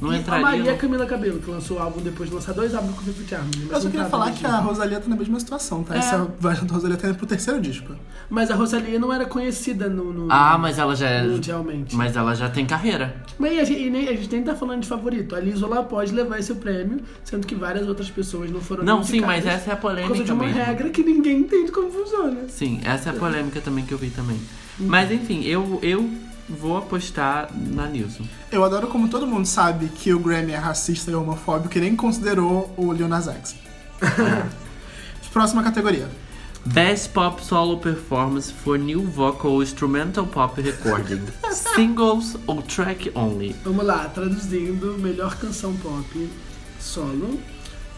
Não
e a
entraria.
Maria
no-
Camila Cabelo, que lançou o álbum depois de lançar dois álbuns com o Fifth Harmony. mas
Eu só
não
queria
tava
falar
no
que
disco.
a Rosalia tá na mesma situação, tá?
É.
Essa versão da Rosalia tá indo pro terceiro disco.
Mas a Rosalia não era conhecida no... no-
Ah, mas ela já é.
Mundialmente.
Mas ela já tem carreira.
Mas a gente, e nem, a gente nem tá falando de favorito. A Lisola pode levar esse prêmio, sendo que várias outras pessoas não foram
Não, sim,
notificadas
mas essa é a
Por
polêmica
causa de uma
mesmo.
regra que ninguém entende como funciona.
Sim, essa é a polêmica também que eu vi também. Mas enfim, eu, eu vou apostar na Nilson.
Eu adoro como todo mundo sabe que o Grammy é racista e homofóbico e nem considerou o Lil Nas X. Próxima categoria.
Best Pop Solo Performance for New Vocal Instrumental Pop Recording. Singles ou Track Only.
Vamos lá, traduzindo melhor canção pop solo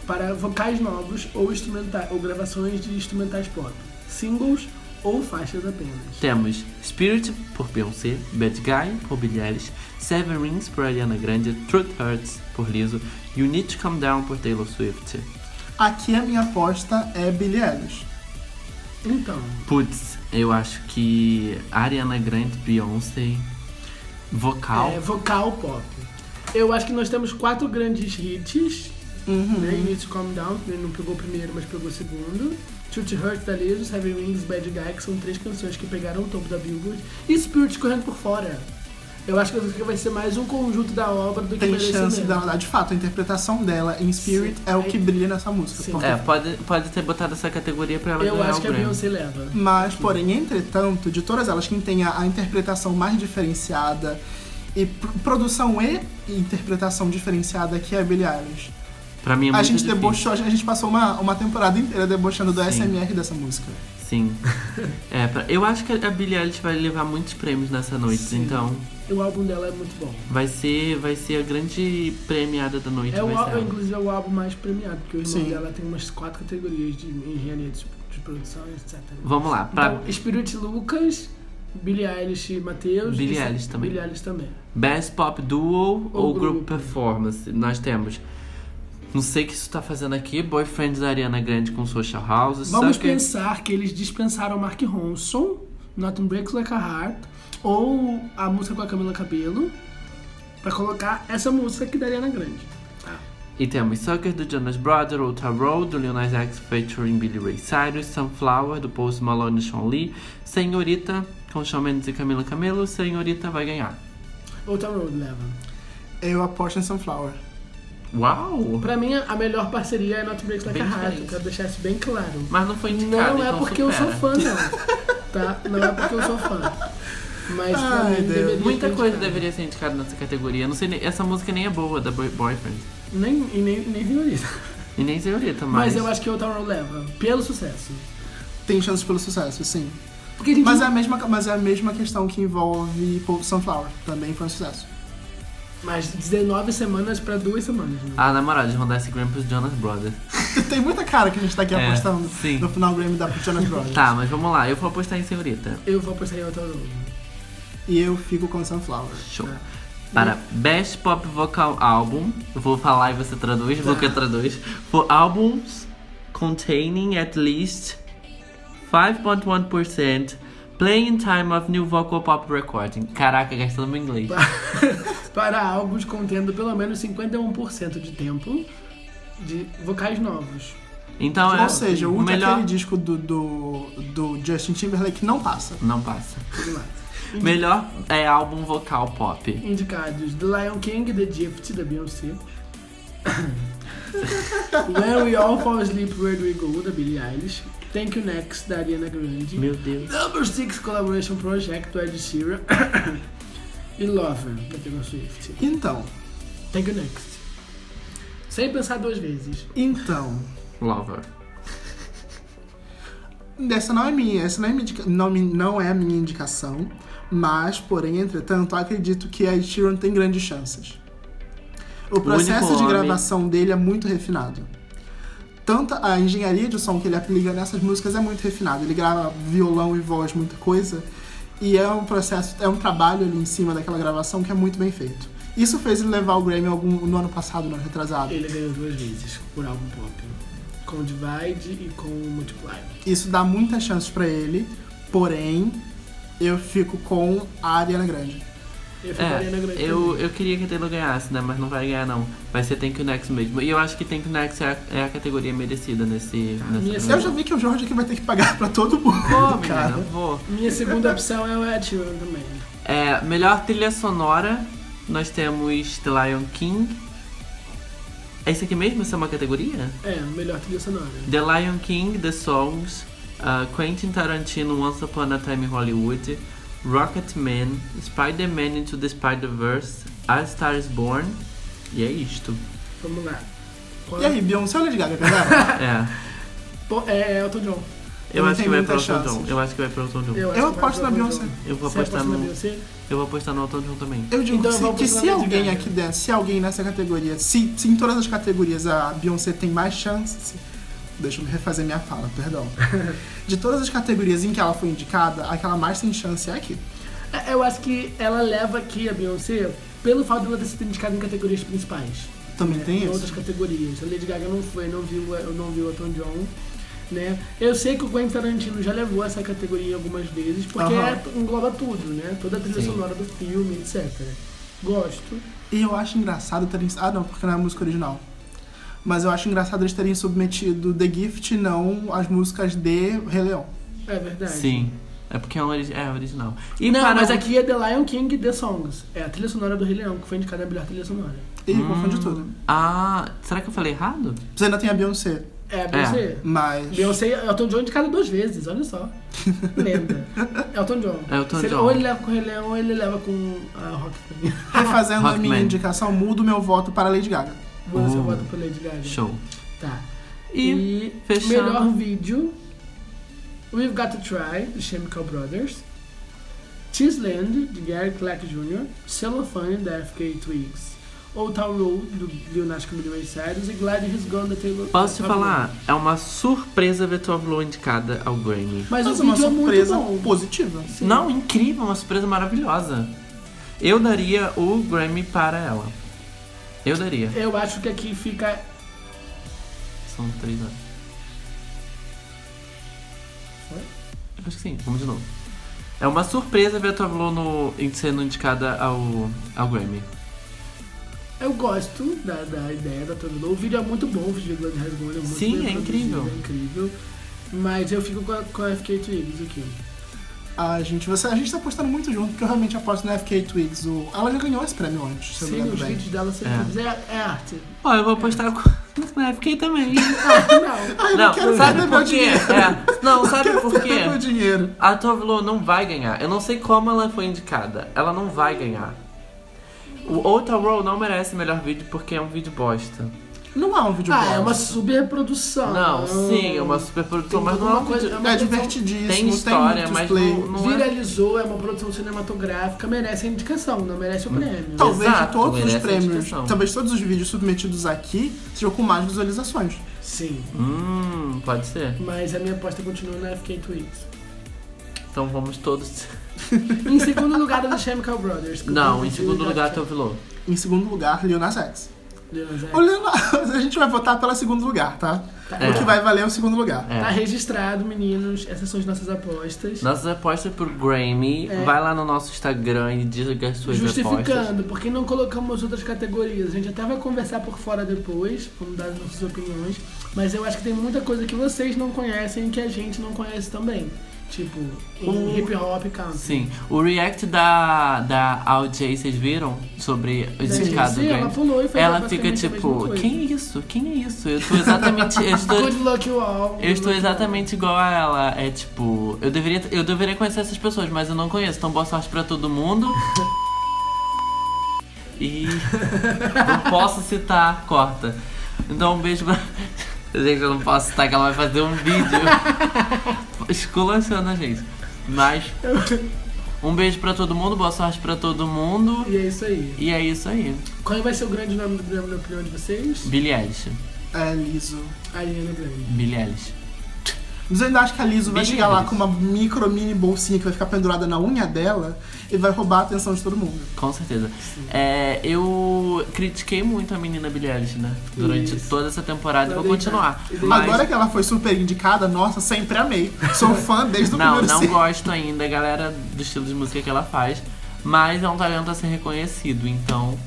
para vocais novos ou instrumenta ou gravações de instrumentais pop, singles ou faixas apenas.
Temos Spirit por Beyoncé, Bad Guy por Billie Eilish, Seven Rings por Ariana Grande, Truth Hurts por Lizzo, You Need to Calm Down por Taylor Swift.
Aqui a minha aposta é Billie Eilish.
Então,
Putz, eu acho que Ariana Grande, Beyoncé, vocal.
é, vocal pop. Eu acho que nós temos quatro grandes hits.
Uhum.
Né? Need to Calm Down, que não pegou o primeiro, mas pegou o segundo. Shoot Hurt da Lizzo, Seven Rings, Bad Guy, que são três canções que pegaram o topo da Billboard. E Spirit correndo por fora. Eu acho que vai ser mais um conjunto da obra do que
Tem
merecer
chance,
mesmo.
na verdade, de fato, a interpretação dela em Spirit
Sim.
é o que
É.
brilha nessa música.
Sim.
porque-
É, pode, pode ter botado essa categoria pra ela
Eu
ganhar
acho
o
que a
Grammy.
Beyoncé leva.
Mas, porém, entretanto, de todas elas, quem tem a, a interpretação mais diferenciada e pr- produção e interpretação diferenciada que é a Billie Eilish.
Pra mim é muito
a gente
difícil.
debochou, a gente passou uma, uma temporada inteira debochando do
Sim.
SMR dessa música.
Sim. É, pra- eu acho que a Billie Eilish vai levar muitos prêmios nessa noite,
Sim.
então
O álbum dela é muito bom.
vai ser, vai ser a grande premiada da noite.
É o
vai ser
álbum,
ela.
inclusive, é o álbum mais premiado, porque o irmão
Sim.
dela tem umas quatro categorias de engenharia de, de produção, etc.
Vamos lá, pra
Então, Spirit Lucas, Billie Eilish e Matheus.
Billie
e-
Eilish também.
Billie Eilish também.
Best Pop Duo ou,
Ou
Group
grupo.
Performance, nós temos. Não sei o que isso tá fazendo aqui, Boyfriend da Ariana Grande com Social House.
Vamos
só que-
pensar que eles dispensaram Mark Ronson, Nothing Breaks Like a Heart, ou a música com a Camila Cabello, pra colocar essa música que daria na grande. tá?
E temos Sucker do Jonas Brother, Ultra Road do Lil Nas X featuring Billy Ray Cyrus, Sunflower do Post Malone e Sean Lee, Senhorita com Shawn Mendes e Camila Camelo, Senhorita vai ganhar.
Outra Road leva.
Eu aposto em Sunflower.
Uau!
Pra mim, a melhor parceria é Not Breaks Like
Bem
a Heart. Eu
diferente.
quero deixar isso bem claro.
Mas não foi indicado,
Não é
então
porque eu
supera.
sou fã, não. Tá? Não é porque eu sou fã. Mas pra
Ai,
mim,
Deus.
deveria
Muita
ter
coisa
indicado.
deveria ser indicada nessa categoria. Não sei, nem- essa música nem é boa da Boy- Boyfriend.
Nem, e nem, nem senhorita.
E nem Senhorita,
Mas...
mas.
eu acho que Outer Road leva. Pelo sucesso.
Tem chances pelo sucesso, sim.
Porque a gente
Mas é a mesma, mas é a mesma questão que envolve Pop Sunflower. Também foi um sucesso.
Mas 19 semanas pra duas semanas, né?
Ah, na moral, de rondar esse Grammy pros Jonas Brothers.
Tem muita cara que a gente tá aqui
É,
apostando
sim.
no final Grammy da Jonas Brothers.
Tá, mas vamos lá, eu vou apostar em Senhorita.
Eu vou apostar em Outer Road.
E eu fico com Sunflower.
Show. Para Best Pop Vocal Album, eu vou falar e você traduz, você traduz. For albums containing at least 5.1% playing time of new vocal pop recording. Caraca, gastando meu inglês.
Para álbuns contendo pelo menos 51% de tempo de vocais novos.
Então é
Ou seja, o
o
último
melhor
aquele disco do, do, do Justin Timberlake não passa.
não passa.
Vamos lá.
Melhor é álbum vocal pop.
indicados The Lion King, The Gift, da Beyoncé. When We All Fall Asleep, Where Do We Go, da Billie Eilish. Thank You Next, da Ariana Grande.
Meu Deus.
Number 6 Collaboration Project, do Ed Sheeran. e Lover, da Taylor Swift.
Então,
Thank You Next. Sem pensar duas vezes.
então.
Lover.
Essa não é minha, essa não é minha, indica- não, me- não é a minha indicação. Mas, porém, entretanto, acredito que a Sheeran tem grandes chances. O processo de
homem.
gravação dele é muito refinado. Tanto a engenharia de som que ele aplica nessas músicas é muito refinada. Ele grava violão e voz, muita coisa. E é um processo, é um trabalho ali em cima daquela gravação que é muito bem feito. Isso fez ele levar o Grammy algum, no ano passado, no ano retrasado.
Ele ganhou duas vezes por álbum pop. Com Divide e com Multiply.
Isso dá muitas chances pra ele, porém eu fico com a Ariana Grande.
Eu fico
É,
Ariana Grande.
eu, eu queria que a Taylor ganhasse, né? Mas não vai ganhar, não. Vai ser Thank You Next mesmo. E eu acho que Thank You Next é a, é a categoria merecida nesse...
minha
nessa
Eu já vi que o Jorge que vai ter que pagar pra todo mundo,
Vou, menina,
cara.
vou.
Minha segunda opção é o Ed Sheeran também.
É, melhor trilha sonora, nós temos The Lion King. É isso aqui mesmo? Essa é uma categoria?
É, melhor trilha sonora.
The Lion King, The Songs, uh, Quentin Tarantino, Once Upon a Time in Hollywood, Rocketman, Spider-Man Into the Spider-Verse, A Star is Born. E é isto.
Vamos lá. Qual-
E aí, Beyoncé ou Lady Gaga, galera?
É.
Pô, é Elton John.
Eu
Não
acho
tem
que vai pro
muitas
Elton John.
chances.
Eu acho que vai pro Elton John.
Eu, é acho
Eu
que vai
aposto
pro
na
Elton
Beyoncé.
John.
Eu vou
Você
apostar
aposta na
no-
Beyoncé?
Eu vou apostar no Elton John também.
Eu digo
Então
que,
eu vou
se, que
pro
se
Lady
alguém
Gaga.
aqui dentro, se alguém nessa categoria, se, se em todas as categorias a Beyoncé tem mais chance. Deixa eu refazer minha fala, perdão. De todas as categorias em que ela foi indicada, a que ela mais tem chance é aqui.
É, Eu acho que ela leva aqui a Beyoncé pelo fato dela ter sido indicada em categorias principais.
Também tem
né, em outras
isso?
categorias. A Lady Gaga não foi, não viu, eu não vi o Elton John. Né? Eu sei que o Quentin Tarantino já levou essa categoria algumas vezes, porque
Aham.
é- engloba tudo, né? Toda a trilha
Sim.
sonora do filme, etc. Gosto.
E eu acho engraçado terem. Ah, não, porque não é a música original. Mas eu acho engraçado eles terem submetido The Gift e não as músicas de Rei Leão.
É verdade.
Sim. É porque é, um ori- é original. E
Não,
para
mas
o-
aqui é The Lion King e The Songs. É a trilha sonora do Rei Leão, que foi indicada a melhor trilha sonora.
Ih,
Hum.
confunde tudo.
Ah, será que eu falei errado?
Você ainda tem a Beyoncé,
É a Beyoncé.
mas.
Beyoncé e Elton John é indicado duas vezes, olha só. Lenda. Elton John.
É Elton
Se ele-
John.
Ou ele leva com o Rei Leão, ou ele leva com a Rock também.
Refazendo a minha
Rockman.
indicação, mudo meu voto para Lady Gaga.
Você
Uh.
vota pro Lady Gaga.
Show.
Tá.
E, fechando.
melhor vídeo. We've Got to Try, do Chemical Brothers. Cheeseland, de Gary Clark Jr. Cellophane, da FK Twigs. Old Town Road, do Lil Nas Camille Ray Cyrus. E Glad He's Gone, da Taylor
Posso te
Pablo.
falar? É uma surpresa ver Tua Blue indicada ao Grammy.
Mas,
Mas
o
uma
vídeo é muito
surpresa
bom.
positiva.
Sim.
Não, incrível, uma surpresa maravilhosa. Eu daria o Grammy para ela. Eu daria.
Eu acho que aqui fica,
São três anos.
Foi?
Eu Acho que sim, vamos de novo. É uma surpresa ver a Tua Blue no, em- sendo indicada ao, ao Grammy.
Eu gosto da, da ideia da Tonelô. O vídeo é muito bom, o vídeo do Glad Has Gone é muito
Sim,
bem
é incrível.
produzido, é incrível. Mas eu fico com a, com a FK Twigs aqui.
A gente, você, a gente tá apostando muito junto, porque eu realmente aposto na FK Twigs. O, ela já ganhou esse prêmio antes, se eu
Sim,
não me
os
lembro bem.
vídeos dela são
É.
incríveis. É, é arte.
Ó, eu vou apostar com- na FK também.
Ah,
Ah, eu não,
Não,
quero
sabe
perder meu
por quê?
dinheiro.
É, não, sabe por quê?
Perder meu dinheiro.
A Tovlo não vai ganhar. Eu não sei como ela foi indicada. Ela não vai ganhar. O Outer Roll não merece melhor vídeo porque é um vídeo bosta.
Não é um
não.
vídeo
Ah,
bom.
é uma
Ah.
superprodução.
Não, sim, é uma super
Tem
produção, mas
toda
não é
uma
um
coisa-
vídeo.
É
produção-
divertidíssimo,
Tem história,
muitos
mas
play.
não, não é.
Viralizou, é uma produção cinematográfica, merece a indicação, não merece o
Hum.
prêmio.
Talvez
Exato,
de todos os
merece
prêmios,
indicação.
talvez todos os vídeos submetidos aqui sejam com mais visualizações.
Sim.
Hum, pode ser.
Mas a minha aposta continua na FK Twigs.
Então vamos todos.
Em segundo lugar, a do Chemical Brothers. que
Não,
eu
em segundo
tenho
lugar,
que-
Tovlo.
Em segundo lugar, Lil Nas X.
Deus, é.
O Lil Nas, a gente vai votar pela segundo lugar, tá?
Tá.
É.
O que vai valer é o segundo lugar.
Tá
É.
registrado, meninos. Essas são as nossas apostas.
Nossas apostas pro Grammy.
É.
Vai lá no nosso Instagram e diga as suas apostas.
Justificando, porque não colocamos outras categorias. A gente até vai conversar por fora depois, vamos dar as nossas opiniões. Mas eu acho que tem muita coisa que vocês não conhecem e que a gente não conhece também. Tipo, em
O-
hip hop country.
Hum. Sim, o react da, da AJ, vocês viram? Sobre os
Daí,
indicados do
sim, é ela
Grammy.
pulou e foi
Ela fica
basicamente a mesma
tipo,
um coisa.
quem é isso? Quem é isso? Eu tô exatamente. Eu estou,
Good luck you all.
eu estou exatamente igual a ela. É tipo, eu deveria, eu deveria conhecer essas pessoas, mas eu não conheço. Então boa sorte pra todo mundo. E eu posso citar, corta. Então um beijo pra. Gente, eu não posso citar que ela vai fazer um vídeo esculachando a gente. Mas um beijo pra todo mundo, boa sorte pra todo mundo.
E é isso aí.
E é isso aí.
Qual vai ser o grande nome do Grammy na opinião de vocês?
Billie Eilish.
É, liso.
Ariana Grande.
Billie Eilish.
Mas eu ainda acho que a Liso vai
Bem
chegar lá
Liso.
com uma micro mini bolsinha que vai ficar pendurada na unha dela e vai roubar a atenção de todo mundo.
Com certeza. É, eu critiquei muito a menina Billie Eilish, né? Durante
Isso.
toda essa temporada.
Pra
Vou
deitar.
continuar.
E
Mas...
Agora que ela foi super indicada, nossa, sempre amei. Sou fã desde o
Não,
primeiro
não
single.
gosto ainda, galera, do estilo de música que ela faz. mas é um talento a ser reconhecido, então.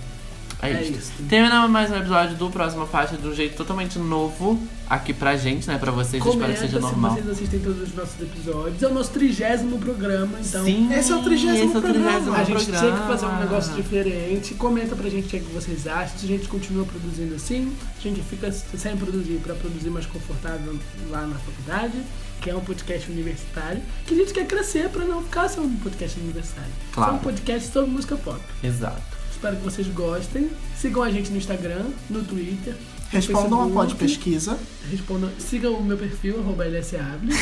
É,
É
isso.
isso.
Terminamos mais um episódio do Próxima Faixa de um jeito totalmente novo aqui pra gente, né? Pra vocês, eu espero
Comenta
que
se
seja normal.
vocês assistem todos os nossos episódios. É o nosso trigésimo programa, então.
Sim,
Esse é o trigésimo
esse é o
programa.
trigésimo
A gente tinha que
programa.
fazer um negócio diferente. Comenta pra gente o que é que vocês acham. Se a gente continua produzindo assim, a gente fica sem produzir pra produzir mais confortável lá na faculdade, que é um podcast universitário, que a gente quer crescer pra não ficar só um podcast universitário.
Claro.
Só um podcast sobre música pop.
Exato.
Espero que vocês gostem. Sigam a gente no Instagram, no Twitter. no
Respondam a
Facebook.
pod pesquisa.
Respondam. Sigam o meu perfil, arroba lsable,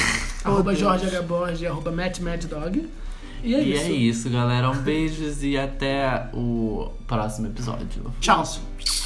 Oh,
arroba
Deus.
Jorge H. Borges, arroba Matt Mad Dog. E é
e
isso.
é isso, galera. Um beijos e até o próximo episódio.
Tchau.